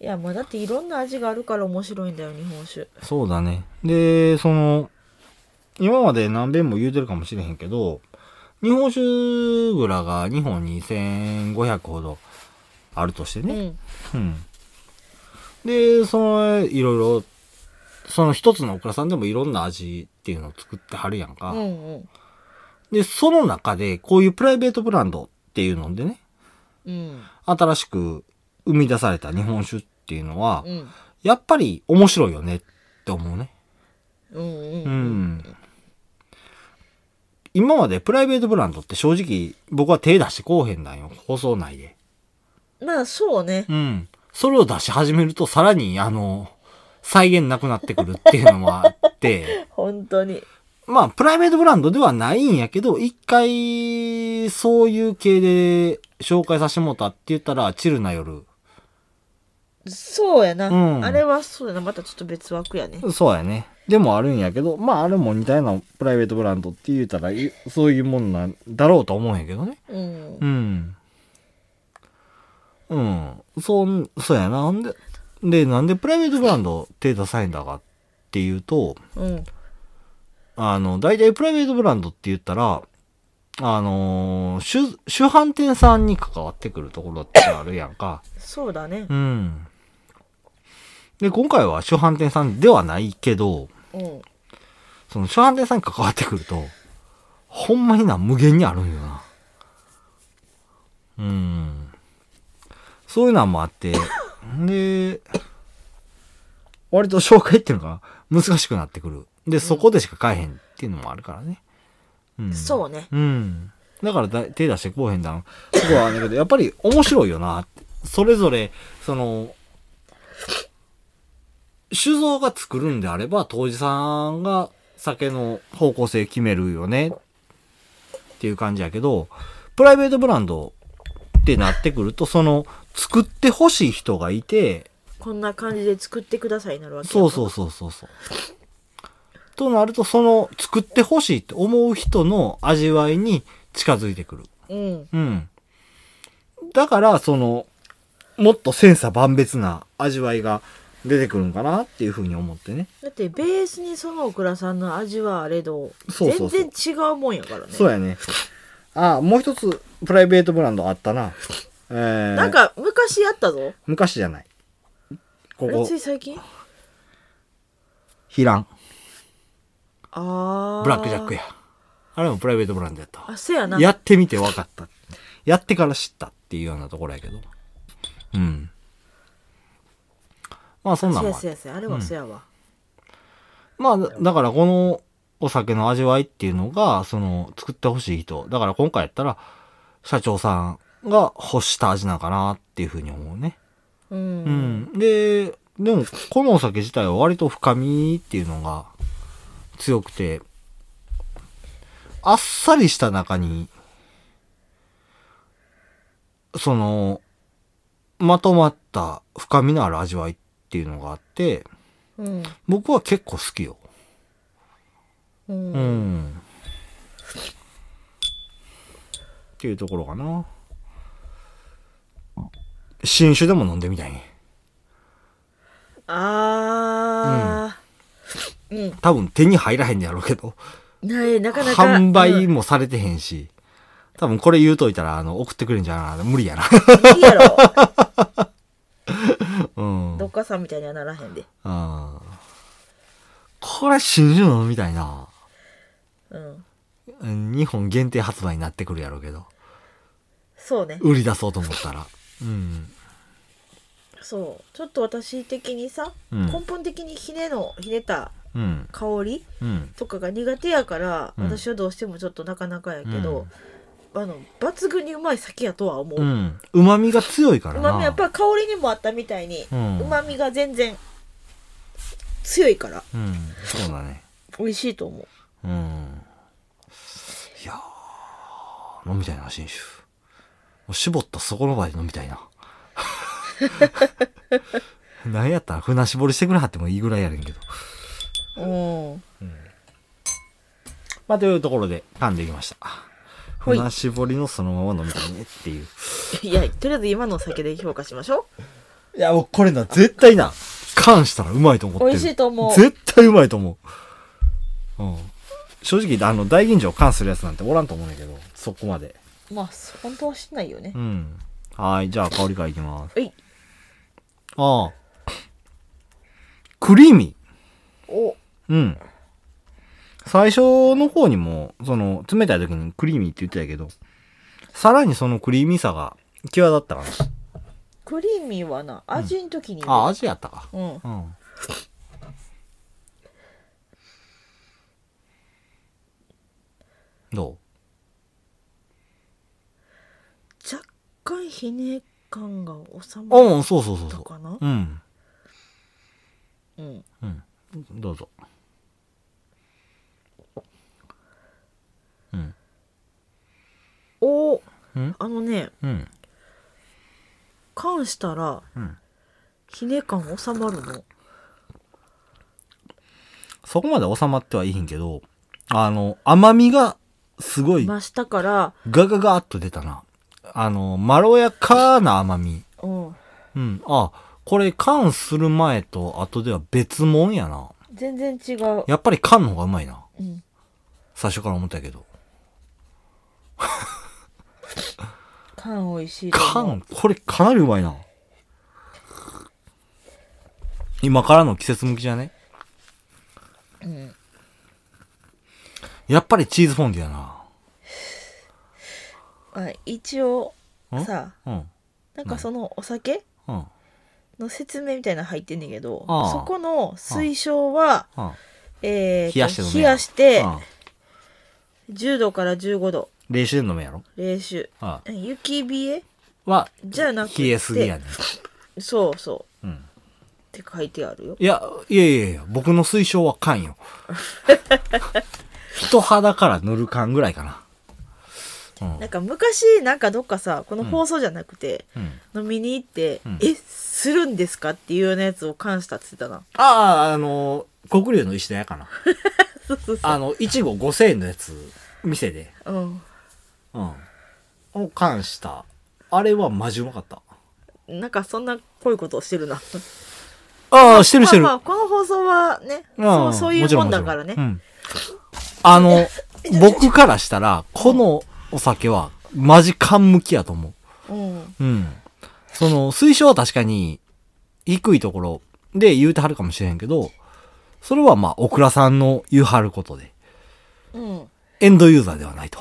いやまあだっていろんな味があるから面白いんだよ日本酒
そうだね。で、その、今まで何遍も言うてるかもしれへんけど、日本酒蔵が2本2500ほどあるとしてね。うん。で、その、いろいろ、その一つのお蔵さんでもいろんな味っていうのを作ってはるやん
う
か。
んうんうん
で、その中で、こういうプライベートブランドっていうのでね、
うん
新しく生み出された日本酒っていうのは、
うん
やっぱり面白いよねって思うね。
うんう
うんん。今までプライベートブランドって正直僕は手出してこうへんなんよ。放送内で。
まあそうね
うん。それを出し始めるとさらにあの、再現なくなってくるっていうのもあって、
本当に
まあプライベートブランドではないんやけど、一回そういう系で紹介させてもらったって言ったら、チルな夜。
そうやな、
うん
あれはそうやなまたちょっと別枠やね
そうやね。でもあるんやけど、まああれも似たようなプライベートブランドって言ったら、いそういうもんなんだろうと思うんやけどね。
うん
うん。うん。そう、そうやな。なんで、で、なんでプライベートブランド手出さへんだかっていうと、
うん
あの、大体プライベートブランドって言ったら、あのー主、主販店さんに関わってくるところってあるやんか。
そうだね
うん。で、今回は主販店さんではないけど、
うん
その主販店さんに関わってくると、ほんまにな、無限にあるんよな。うん。そういうのもあって、で、割と紹介っていうのが難しくなってくる。で、そこでしか買えへんっていうのもあるからね。うん。
そうね
う。うん。だからだ手出してこうへんだん。そこはあれだけど、やっぱり面白いよなって。それぞれ、その、酒造が作るんであれば、当時さんが酒の方向性決めるよね。っていう感じやけど、プライベートブランドってなってくると、その、作ってほしい人がいて、
こんな感じで作ってくださいになるわけや
そうそううそうそうそう。となると、その、作ってほしいって思う人の味わいに近づいてくる。
うん
うん。だから、その、もっと千差万別な味わいが出てくるんかなっていうふうに思ってね。
だってベースにそのオクラさんの味はあれど
そうそうそう
全然違うもんやからね
そうやね。あ、もう一つプライベートブランドあったな。えー、
なんか昔やったぞ
昔じゃない。こ
あれ
こ
つい最近
ヒラン
ああ
ブラックジャックやあれもプライベートブランドやった
あせやな
やってみて分かったやってから知ったっていうようなところやけどうんまあそんなん
せや
もあ
せ
る
やせやあれはせやわ、
まあだだからこのお酒の味わいっていうのがその作ってほしい人だから今回やったら社長さんが欲した味なんかなっていうふうに思うね
うん
うん。で、でも、このお酒自体は割と深みっていうのが強くて、あっさりした中に、その、まとまった深みのある味わいっていうのがあって、
うん
僕は結構好きよ。
うん
うん。っていうところかな。新酒でも飲んでみたいね。
あーうん、
多分手に入らへんやろうけど。
ないなかなか
販売
うん
もされてへんし、多分これ言うといたら、あの、送ってくれんじゃな無理 やな。
いいやろ
うん。
どっかさんみたいにはならへんで
うん。これ新種のみたいな。
うん
うん日本限定発売になってくるやろうけど。
そうね
売り出そうと思ったら。うん。
そうちょっと私的にさ、
うん
根本的にひねのひねった
うん。
香り
うん。
とかが苦手やから、
うん
私はどうしてもちょっとなかなかやけど、あの抜群にうまい酒やとは思う、
う。
うん
旨味が強いからな。
まみやっぱ香りにもあったみたいに
うん
うまみが全然強いから
うん。そうだね。
美味しいと思
う
う
ん。いやー、飲みたいな、新酒。もう絞ったそこの場で飲みたいな。 なんやったら船絞りしてくれはってもいいぐらいやねんけど。
うん
まあ、というところで噛んできました。
ほい
船絞りのそのまま飲みたいねっていう。
いやとりあえず今のお酒で評価しましょ
いや、もうこれな、絶対な、缶したらうまいと思ってる。
美味しいと思う
絶対うまいと思う。うん。正直、あの、大吟醸缶するやつなんておらんと思うねんだけど、そこまで。
うまあ本当はしないよね
うん。はい、じゃあ香りからいきます。
はい
ああ。クリーミ
お
ー。うん。最初の方にも、その、冷たい時にクリーミーって言ってたけど、さらにそのクリーミーさが際立ったかな。
クリーミーはな味の時に
あ、味やったか。
うん
うん。ど
若干ひね感が収
う
まっ
うん、そうそうそう
た
そ
かな
う。うん。
うん
うん。どうぞ。うん。
お
うん
あのね
うん。
缶したら
うん。
ひね感収まるの
そこまで収まってはいいんけど、あの、甘みがすごい
増したから
ガガガーっと出たな。あの、まろやかな甘み。
うん
うん。あ、これ缶する前と後では別もんやな。
全然違う
やっぱり缶の方がうまいな。
うん
最初から思ったけど。
缶美味しいと思う
缶、これかなりうまいな。今からの季節向きじゃね
うん
やっぱりチーズフォンデュやな。
あ一応
ん
さ
うん。
なんかそのお酒
うん。うん。
の説明みたいなの入ってんねんけど
ああ
そこの推奨はえーと
冷やして飲め
冷
やろ
やして
うん。
10度から15度
練習で飲めやろ
冷酒
あ
雪冷え
は、
じゃなくて
冷えすぎやね。
そうそうん
うん。
って書いてあるよ
いや、いやいやいや、僕の推奨は缶よ。 人肌から塗る缶ぐらいかな。うん
なんか昔なんかどっかさこの放送じゃなくて、
うん。
飲みに行って「
うん
えするんですか?」っていうようなやつを冠したって言ってたな
ああ、あの、黒龍の石田やかな。
そうそうそ
あの、いちご5000円のやつ、店で。
う、うん
うん。を関した。あれはマジうまかった。
なんかそんな濃いことをしてるな
ああ、してるしてる。
まあまあこの放送はね
あ
そ
あ
うそうい
もち
う
ろ
もんだから
もちろ
ね
んうん あの、僕からしたら、このお酒は、マジ缶向きやと思
うん
う。うん。その、推奨は確かに、低いところ、で言うてはるかもしれんけど、それはまあ、オクラさんの言うはることで、
うんうん
エンドユーザーではないと。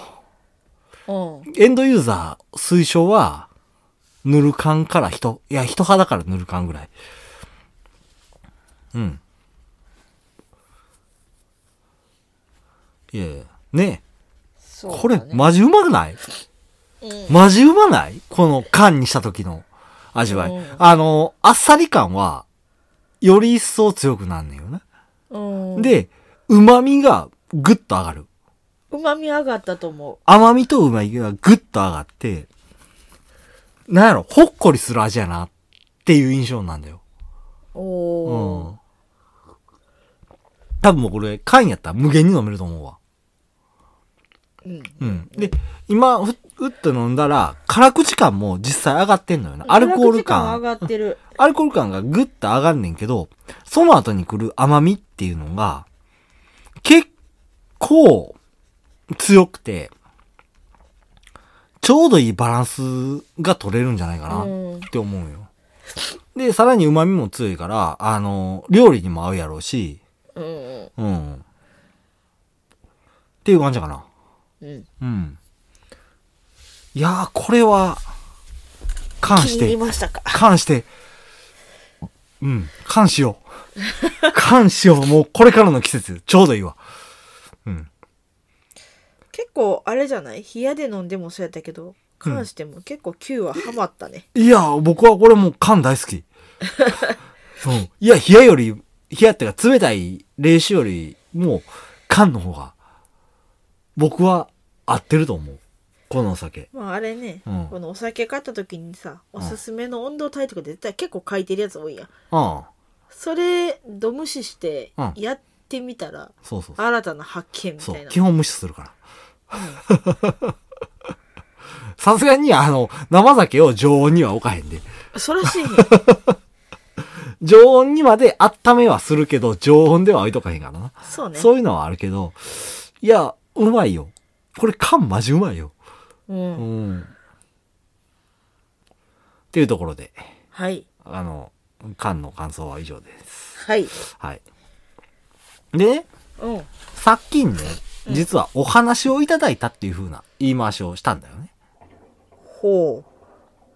うん
エンドユーザー推奨は、ぬる感から人、いや、人派だからぬる感ぐらい。うん。いやいやねえ
そう
これ
だ、ね
マジうまくない
うん
マジうまないこの缶にした時の味わい
うん。
あの、あっさり感は、より一層強くなんねんよな。
うん、
で、旨味がぐっと上がる。
うまみ上がったと思
甘みとうまみがぐっと上がって、なんやろ、ほっこりする味やなっていう印象なんだよ。
う。
うん
おー。。
多分もうこれ、缶やったら無限に飲めると思うわ。
うん。
うん。で、今、ふうっと飲んだら、辛口感も実際上がってんのよな。アルコール
辛口
感。
上がってる。
アルコール感がぐっと上がんねんけど、その後に来る甘みっていうのが、結構強くて、ちょうどいいバランスが取れるんじゃないかな
うん
って思うよ。で、さらに旨味も強いから、あの、料理にも合うやろうし、
うん。
うん。っていう感じかな。
うん。
うん。いやー、これは、関
気
し
に入
て
り、ましたか。
関して、うん、関しよう。関しよう。もうこれからの季節、ちょうどいいわ。うん。
結構、あれじゃない冷やで飲んでもそうやったけど、関しても結構 Q はハマったね。
いや、僕はこれもう缶大好 き。うん。いや、冷やより、冷やってか冷たい冷酒より、もう缶の方が、僕は合ってると思う。このお酒。
まああれね、
うん
このお酒買った時にさ、
ん
おすすめの温度帯とかで絶対結構書いてるやつ多いやん。
ああ、
それ、ど無視して
うん、
やってみたら、
そうそうそう。
新たな発見みた
そ、
いうな。
基本無視するから。 さすがに、あの、生酒を常温には置かへんで。
そら しいね。
常温にまで温めはするけど、常温では置いとかへんからな。
そうね。
そういうのはあるけど、いや、うまいよ。これ缶マジうまいよ。
う。
うんん。っていうところで、
はい。
あの、缶の感想は以上です。
はい。
はい。でね、
うん。
さっきにね、実はお話をいただいたっていう風な言い回しをしたんだよね。
ほ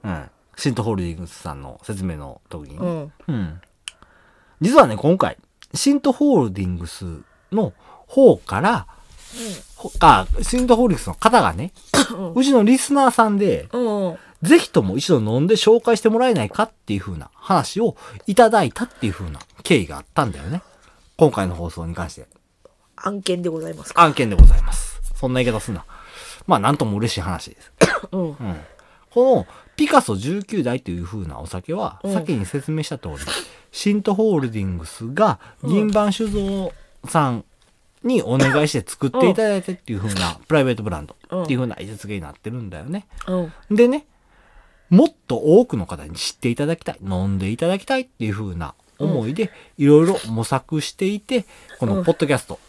うん。シントホールディングスさんの説明の時に
う。う
ね。
ん。
うん。実はね、今回、シントホールディングスの方から、ほあ、シントホールディングスの方がね、
うん。
うちのリスナーさんで、
うん。うん。
ぜひとも一度飲んで紹介してもらえないかっていう風な話をいただいたっていう風な経緯があったんだよね。今回の放送に関して。
案件でございますか。
案件でございます。そんな言い方すんな。まあ、なんとも嬉しい話です。
うん。
うんこのピカソ19代という風なお酒は、
うん
先に説明した通り、シントホールディングスが銀盤酒造さんにお願いして作っていただいてっていう風なプライベートブランドっていう風な位置づけになってるんだよね。
うん。
でね、もっと多くの方に知っていただきたい、飲んでいただきたいっていう風な思いで、いろいろ模索していて、こ
う
の
ん
ポッドキャスト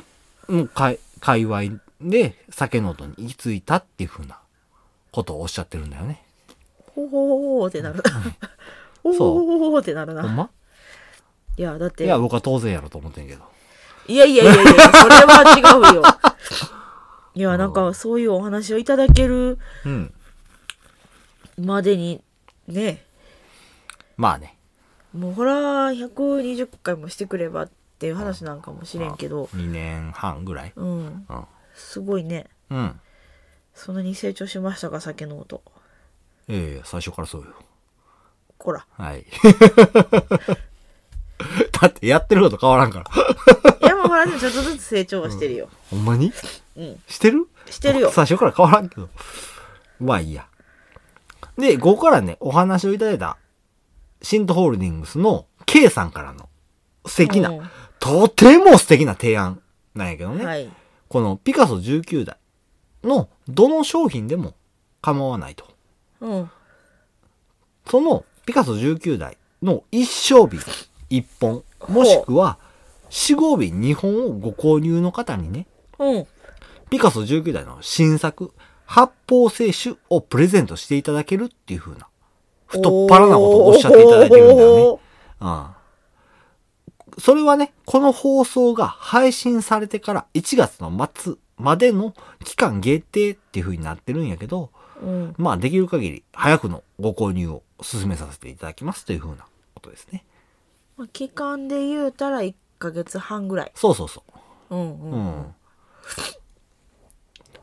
の界界隈で酒の音に行き着いたっていう風なことをおっしゃってるんだよね。
ほうほうほうってなるな。ほう
そう
ほうほうほうってなる
ほん
な。
ま
いや、だって。
いや、僕は当然やろと思ってんけど。
いやいやいやいや、それは違 うよ。いや、なんかそういうお話をいただける
うん。
までに、ね、
まあね。
もうほら、120回もしてくればっていう話なんかもしれんけど、
まあ2年半ぐらい。
うん、
うん。
すごいね。
うん。
そんなに成長しましたか、酒の音。
ええ最初からそうよ。
こら。
はい。だってやってること変わらんから。
いや、もうほら、ね、ちょっとずつ成長はしてるよ。
ほんまに
うん。
してる
してるよ。
最初から変わらんけど。まあいいや。で、ここからね、お話をいただいた、シントホールディングスの K さんからの素敵な、
うん
とても素敵な提案なんやけどね。
はい。
このピカソ19代のどの商品でも構わないと。
うん。
そのピカソ19代の一生日1本、もしくは4合日2本をご購入の方にね、
うん。
ピカソ19代の新作、発泡清酒をプレゼントしていただけるっていう風な、太っ腹なことをおっしゃっていただいてるんだよね。うん。それはね、この放送が配信されてから1月の末までの期間限定っていう風になってるんやけど、
うん、
まあできる限り早くのご購入を進めさせていただきますという風なことですね。
まあ、期間で言うたら1ヶ月半ぐらい、
そうそうそう。
うんうん
うん。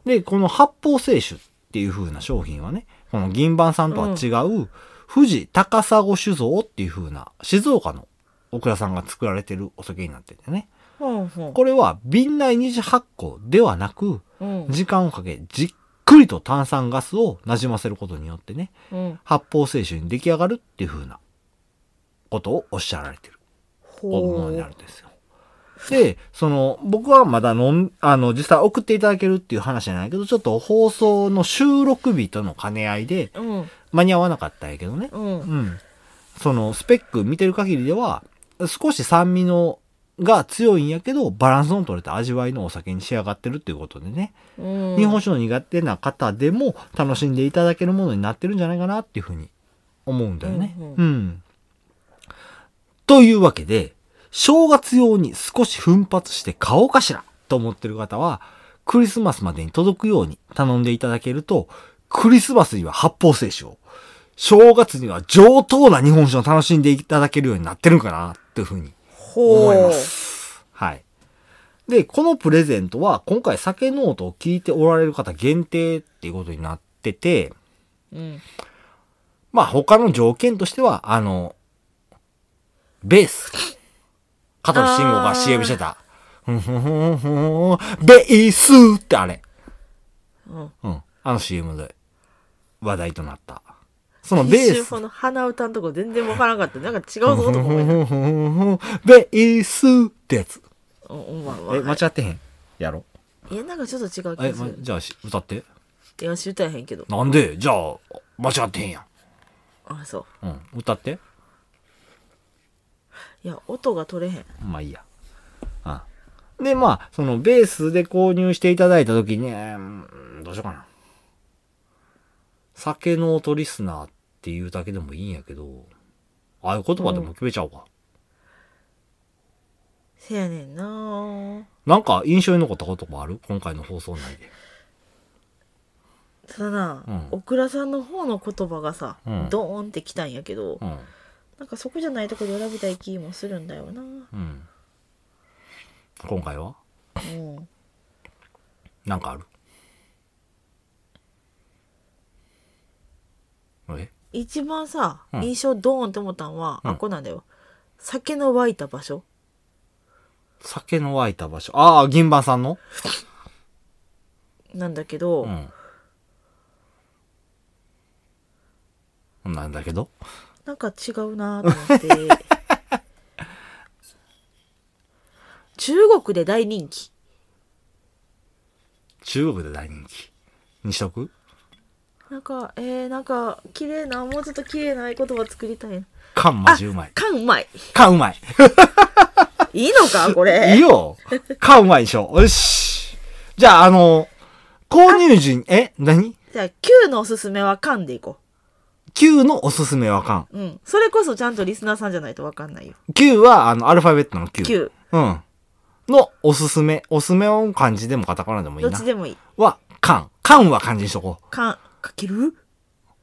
で、この発泡清酒っていう風な商品はね、この銀盤さんとは違う、富士高砂酒造っていう風な静岡のオクラさんが作られてるお酒になっててね。
ほうほう
これは瓶内二次発酵ではなく、
うん
時間をかけじっくりと炭酸ガスをなじませることによってね、
うん
発泡清酒に出来上がるっていう風なことをおっしゃられてる。もの
ほ
にな
う
るんですよ。で、その、僕はまだ飲ん、あの、実際送っていただけるっていう話じゃないけど、ちょっと放送の収録日との兼ね合いで
うん
間に合わなかったんやけどね。
うん
うん。その、スペック見てる限りでは、少し酸味の、が強いんやけど、バランスの取れた味わいのお酒に仕上がってるっていうことでね。
うん
日本酒の苦手な方でも楽しんでいただけるものになってるんじゃないかなっていうふうに思うんだよね。
う
うんん、
う
というわけで、正月用に少し奮発して買おうかしらと思ってる方は、クリスマスまでに届くように頼んでいただけると、クリスマスには発泡清酒を、正月には上等な日本酒を楽しんでいただけるようになってるかなっていうふうに
ほう
思います。はい。で、このプレゼントは、今回酒ノートを聞いておられる方限定っていうことになってて、
うん
まあ他の条件としては、あの、ベース。加藤慎吾が CM してた。ふんふんふんふんベースってあれ。
うん
うん。あの CM で話題となった。そのベ
一
ー
瞬
ス
この鼻歌のとこ全然わからなかったなんか違うぞとか思いながら
ふんふんふんふんベースってやつ。
うんうんまあまあ
え、間違ってへんやろ
いやなんかちょっと違う気
え、
がす
ま
る
じゃあし歌って。
いや知りたいへんけど
なんでじゃあ、間違ってへんやん。
あそ
う
う
ん、歌って。
いや音が取れへん
まあいいや。あで、まあ、そのベースで購入していただいたときに、えーうんどうしようかな。酒の音リスナーっていうだけでもいいんやけど、ああいう言葉でも決めちゃおうか。
せやねんな
なんか印象に残ったこともある今回の放送内で。
ただな、
うん
オクラさんの方の言葉がさ、
うん
ドーンってきたんやけど、
うん。
なんかそこじゃないとこで選びたい気もするんだよな
うん。今回は
うん
なんかあるえ
一番さ、
うん
印象ドーンって思ったんは、
うん
あこうなんだよ酒の湧いた場所
酒の湧いた場所。ああ、銀盤さんの
なんだけど、
うん。なんだけど
なんか違うなと思って 中国で大人気
中国で大人気。にしとく
なんかえー、なんか綺麗なもうちょっと綺麗な言葉作りたいな
缶マジうまい。
缶うまい
缶うまい。
いいの かこ
いい
れ
よ缶うまいでしょ。よしじゃあ、あの、購入時に、え何
じゃあ9のおすすめは缶でいこ
?Q のおすすめは缶。
ううんそれこそちゃんとリスナーさんじゃないと分かんないよ
Q は、あの、アルファベットの Q。
9
うん。のおすすめ。おすすめを漢字でもカタカナでもい
ど
い
っ
な
ち。でもいい
は、缶。缶は漢字にしとこう。
缶かける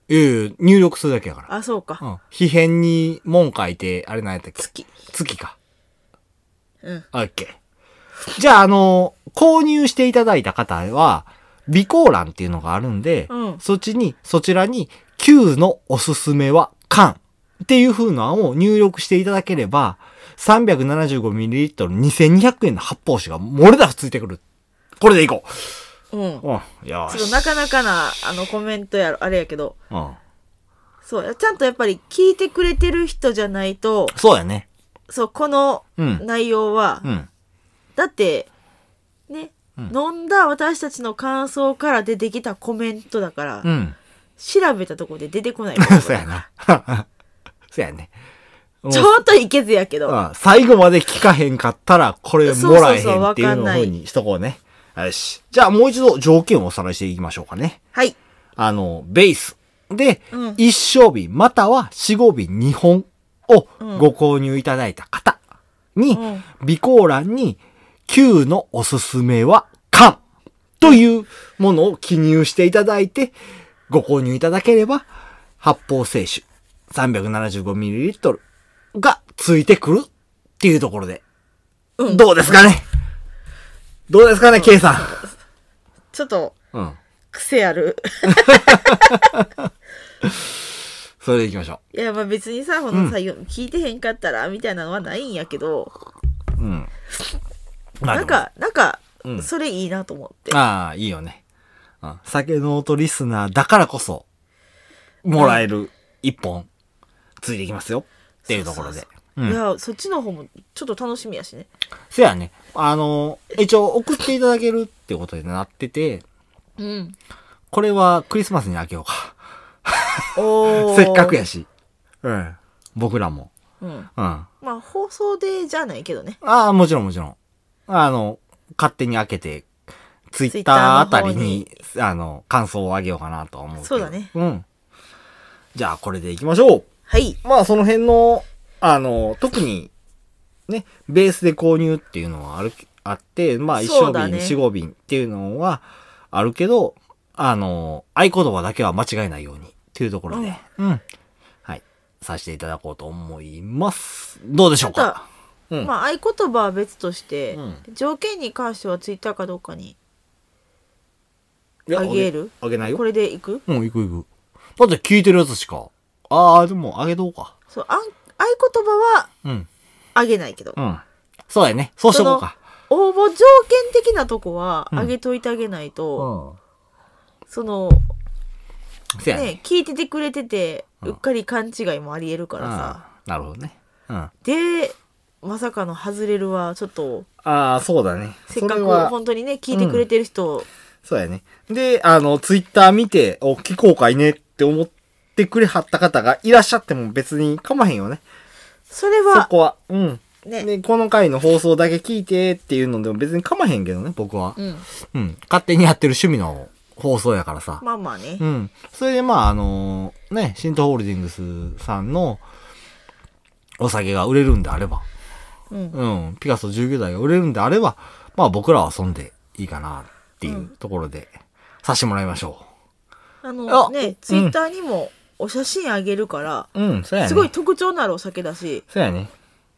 ええ、入力するだけやから。
あそうか、
うん。非変に文書いて、あれ何やったっけ
月
月か。
うん
オッケー。じゃあ、あの、購入していただいた方は、備考欄っていうのがあるんで、
うん
そっちに、そちらに、Q のおすすめは缶っていう風なのを入力していただければ、375ml2200 円の発泡酒が漏れなくついてくる。これでいこ
うん
う。うん。よ
ち
し。
ょっとなかなかなあのコメントやろあれやけど
うん。
そうちゃんとやっぱり聞いてくれてる人じゃないと
そうやね。
そうこの
うん
内容は、
うん。
だってね、
うん
飲んだ私たちの感想から出てきたコメントだから、
うん。
調べたとこで出てこない
そうやな。 そうやね。
ちょっといけずやけど、
うん最後まで聞かへんかったら、これもらえへんっていうのをふうにしとこうね。よし。じゃあもう一度条件をおさらいしていきましょうかね。
はい
あの、ベース。で、
うん
一生日または四五日2本をご購入いただいた方に、
うん
備考欄に Q のおすすめは缶というものを記入していただいて、ご購入いただければ、発泡清酒 375ml がついてくるっていうところで。
うん
どうですかねどうですかね、K さ
ちょっと
ん。うん。
癖ある
それで行きましょ
いやまあ別にさこのさ、聞いてへんかったらみたいなのはないんやけど
う。うん。まあ
なん、かなんか、
うん
それいいなと思って
でもああ、いいよね。うん酒の音リスナーだからこそ、もらえる一本、ついていきますよ。っていうところで
そう。
う
い
ん。
やそっちの方もちょっと楽しみやしね
せやね。あの、一応送っていただけるってことになってて、
うん
これはクリスマスにあげようか。
おー
せっかくやし。うん。僕らも。
うん
うん。あ
まあ放送でじゃないけどね
あ、もちろんもちろん。あの、勝手に開けて、ツイッタ
Twitter
ー
の
あたり
方
に
に、
あの、感想をあげようかなとは思うけど。
そうだね。
うん。じゃあ、これでいきましょう。
はい
まあ、その辺の、あの、特に、ね、ベースで購入っていうのはある、あって、まあ、一升
そうだ
瓶、
ね
四合瓶っていうのはあるけど、あの、合言葉だけは間違えないようにっていうところで、うん。はい。させていただこうと思います。どうでしょう
た
かうん
まあ合言葉は別として、
う
条件に関してはツイッターかどうかに
いや
あげる
あげないよ
こ。れでいく
うん、いくいく。だって聞いてるやつしか。ああ、でも、あげとこうか。
そうあん合言葉は
うん。
あげないけど、
うん。そうだよね。そうしとこうか。
応募条件的なとこはあげといてあげないと、
う
その
ん。せやね。
ね聞いててくれてて
うん
うっかり勘違いもありえるからさ、
ああなるほどね。うん。あ
でまさかの外れるはちょっと
あ、そうだね。
せっか
それ
く
は
本当にね聞いてくれてる人、
そうやね。で、あの、ツイッター見て、お、聞こうかいねって思ってくれはった方がいらっしゃっても別に構わへんよね。
それ
そ
は
こは。うん。
ね
で、この回の放送だけ聞いてっていうのでも別に構わへんけどね、僕は。
うん、
うん。勝手にやってる趣味の放送やからさ。
まあまあね、
うん。それで、まあ、あのね、新東ホールディングスさんのお酒が売れるんであれば、
うん
うん、ピカソ19代が売れるんであれば、まあ僕らは遊んでいいかなっていうところで、さしてもらいましょ
あ
あ
のねツイ
うん
ッターにもお写真あげるから、
う。うん、そうやね。
すごい。特徴のあるお酒だし、
そうやね。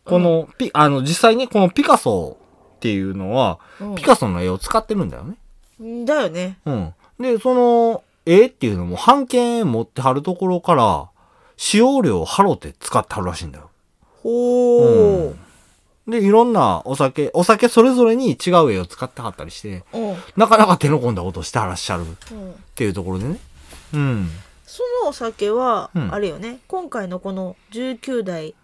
この、ピ、あの、実際ね、このピカソっていうのは、
うん
ピカソの絵を使ってるんだよね。
だよね
うん。で、その、絵っていうのも、半券持ってはるところから、使用料を払って使ってはるらしいんだよ。
ほー
で、いろんなお酒、お酒それぞれに違う絵を使ってはったりして、
うん、うん
なかなか手の込んだことしてはらっしゃるっていうところでね。うん。
そのお酒は、
うん
あれよね今回のこの19代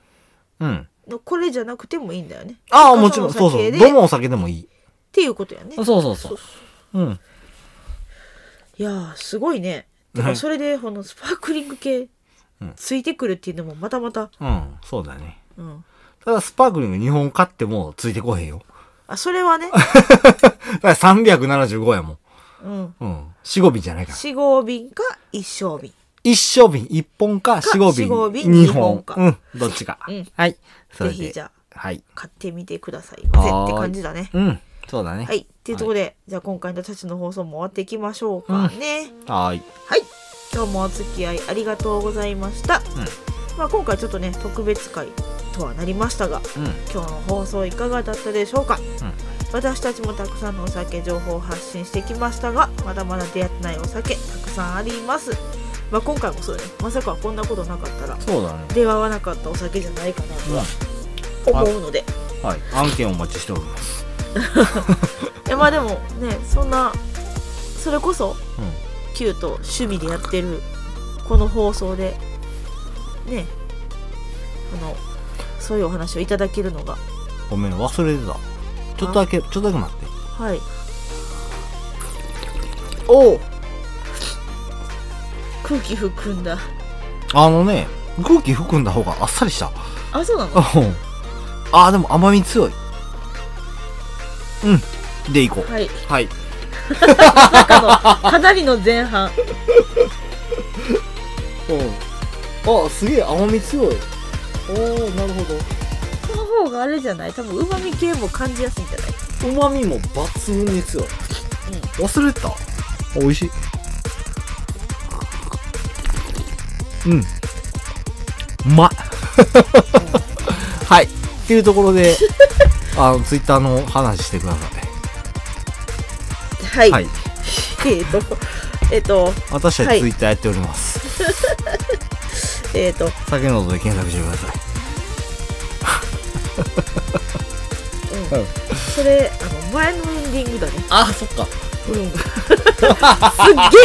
うん。
のこれじゃなくてもいいんだよね
ああ、
他
もちろん、
の
そ
お
うそ
酒
う。
で
どのお酒でもいい。
っていうことやね
そうそうそう。うん。
いやーすごいねだからそれでこのスパークリング系
うん
ついてくるっていうのもまたまた、
うん、そうだね。
うん、
ただ、スパークリング2本買ってもついてこへんよ。
あそれ はね、
だから375やもん。
うん、
うん。4、5瓶じゃないから。
4合瓶か1升瓶
一升瓶一本か、四合瓶
四合瓶
二
二
本
本か
うん、どっちか。
うん
はい。それ
ぜひじ
で。
ゃあ
はい。
買ってみてくださいませ
はーい
って感じだね
うん、そうだね。
はい。っていうところで、じゃあ今回のたちの放送も終わっていきましょうかね。
はーい。
はい。今日もお付き合いありがとうございました。まあ今回ちょっとね、特別会とはなりましたが、
うん、うん。
今日の放送いかがだったでしょうか、私たちもたくさんのお酒情報を発信してきましたが、まだまだ出会ってないお酒、たくさんあります。まあ今回もそうだね、まさかこんなことなかったら、
そうだね。
出会わなかったお酒じゃないかなとは思うので。
はい。案件お待ちしております。
いやまあでもね、そんな、それこそ、
うん。
Q と趣味でやってるこの放送でねあのそういうお話をいただけるのが
ごめん、忘れてた。ちょっとだけ、ちょっとだけ待って。
はい
おお
空気含んだ
あのね、空気含んだ方があっさりした。
あそうな の
うんあー、でも甘み強い。うん。で、いこう。
はい
はい。
中のかなりの前半
うん。あ、すげえ甘み強い。おおなるほど。
この方方があれじゃない多分うまみ系も感じやすいんじゃないう
まみも抜群ですよ、忘れてた
美味しい。うん。うまっ はい。っていうところで、 あの、ツイッターの話してくださ
はい
い。はい。
えっとえっと
私た
はい
ちツイッターやっております。
えっと
酒の音で検索してください。
うんそれあの前のエンディングだね
あそっか
うんすっげ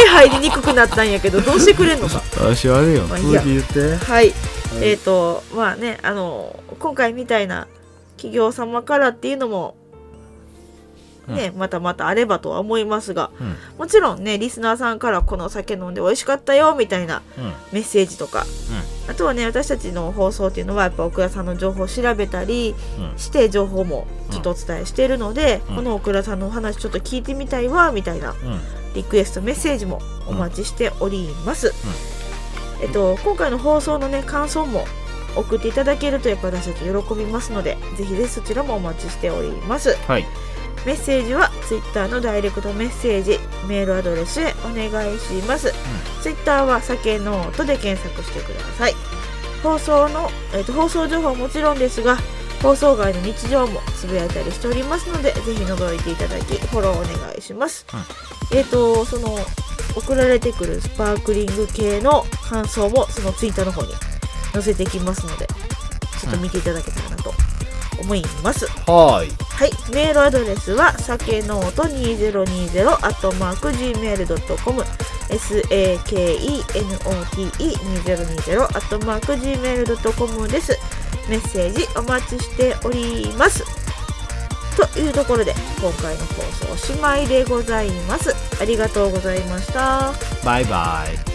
え入りにくくなったんやけどどうしてくれんの か
私はねよ
まあいいや続
言って。
は
は
い、
い
えっ、とまあねあの今回みたいな企業様からっていうのもね、またまたあればとは思いますが
うん。
もちろんねリスナーさんからこの酒飲んで美味しかったよみたいな
うん。
メッセージとか、あとはね私たちの放送っていうのはやっぱ奥田さんの情報を調べたり
うん
して情報もちょっとお伝えしているので、
うん
この奥田さんのお話ちょっと聞いてみたいわみたいな
うん。
リクエストメッセージもお待ちしております、えっと今回の放送のね感想も送っていただけるとやっぱ私たち喜びますのでぜひぜひそちらもお待ちしております
はい。
メッセージは Twitter のダイレクトメッセージメールアドレスへお願いします、Twitter は酒ノートで検索してください放送の、えっと放送情報はもちろんですが放送外の日常もつぶやいたりしておりますのでぜひ覗いていただきフォローお願いします、えっ、とその送られてくるスパークリング系の感想もその Twitter の方に載せてきますのでちょっと見ていただけたらなと思います、
はーい
はい、メールアドレスは、さけのうと2020アットマーク gmail.com、sakenote2020 アットマーク gmail.com です。メッセージお待ちしております。というところで、今回の放送おしまいでございます。ありがとうございました。
バイバイ。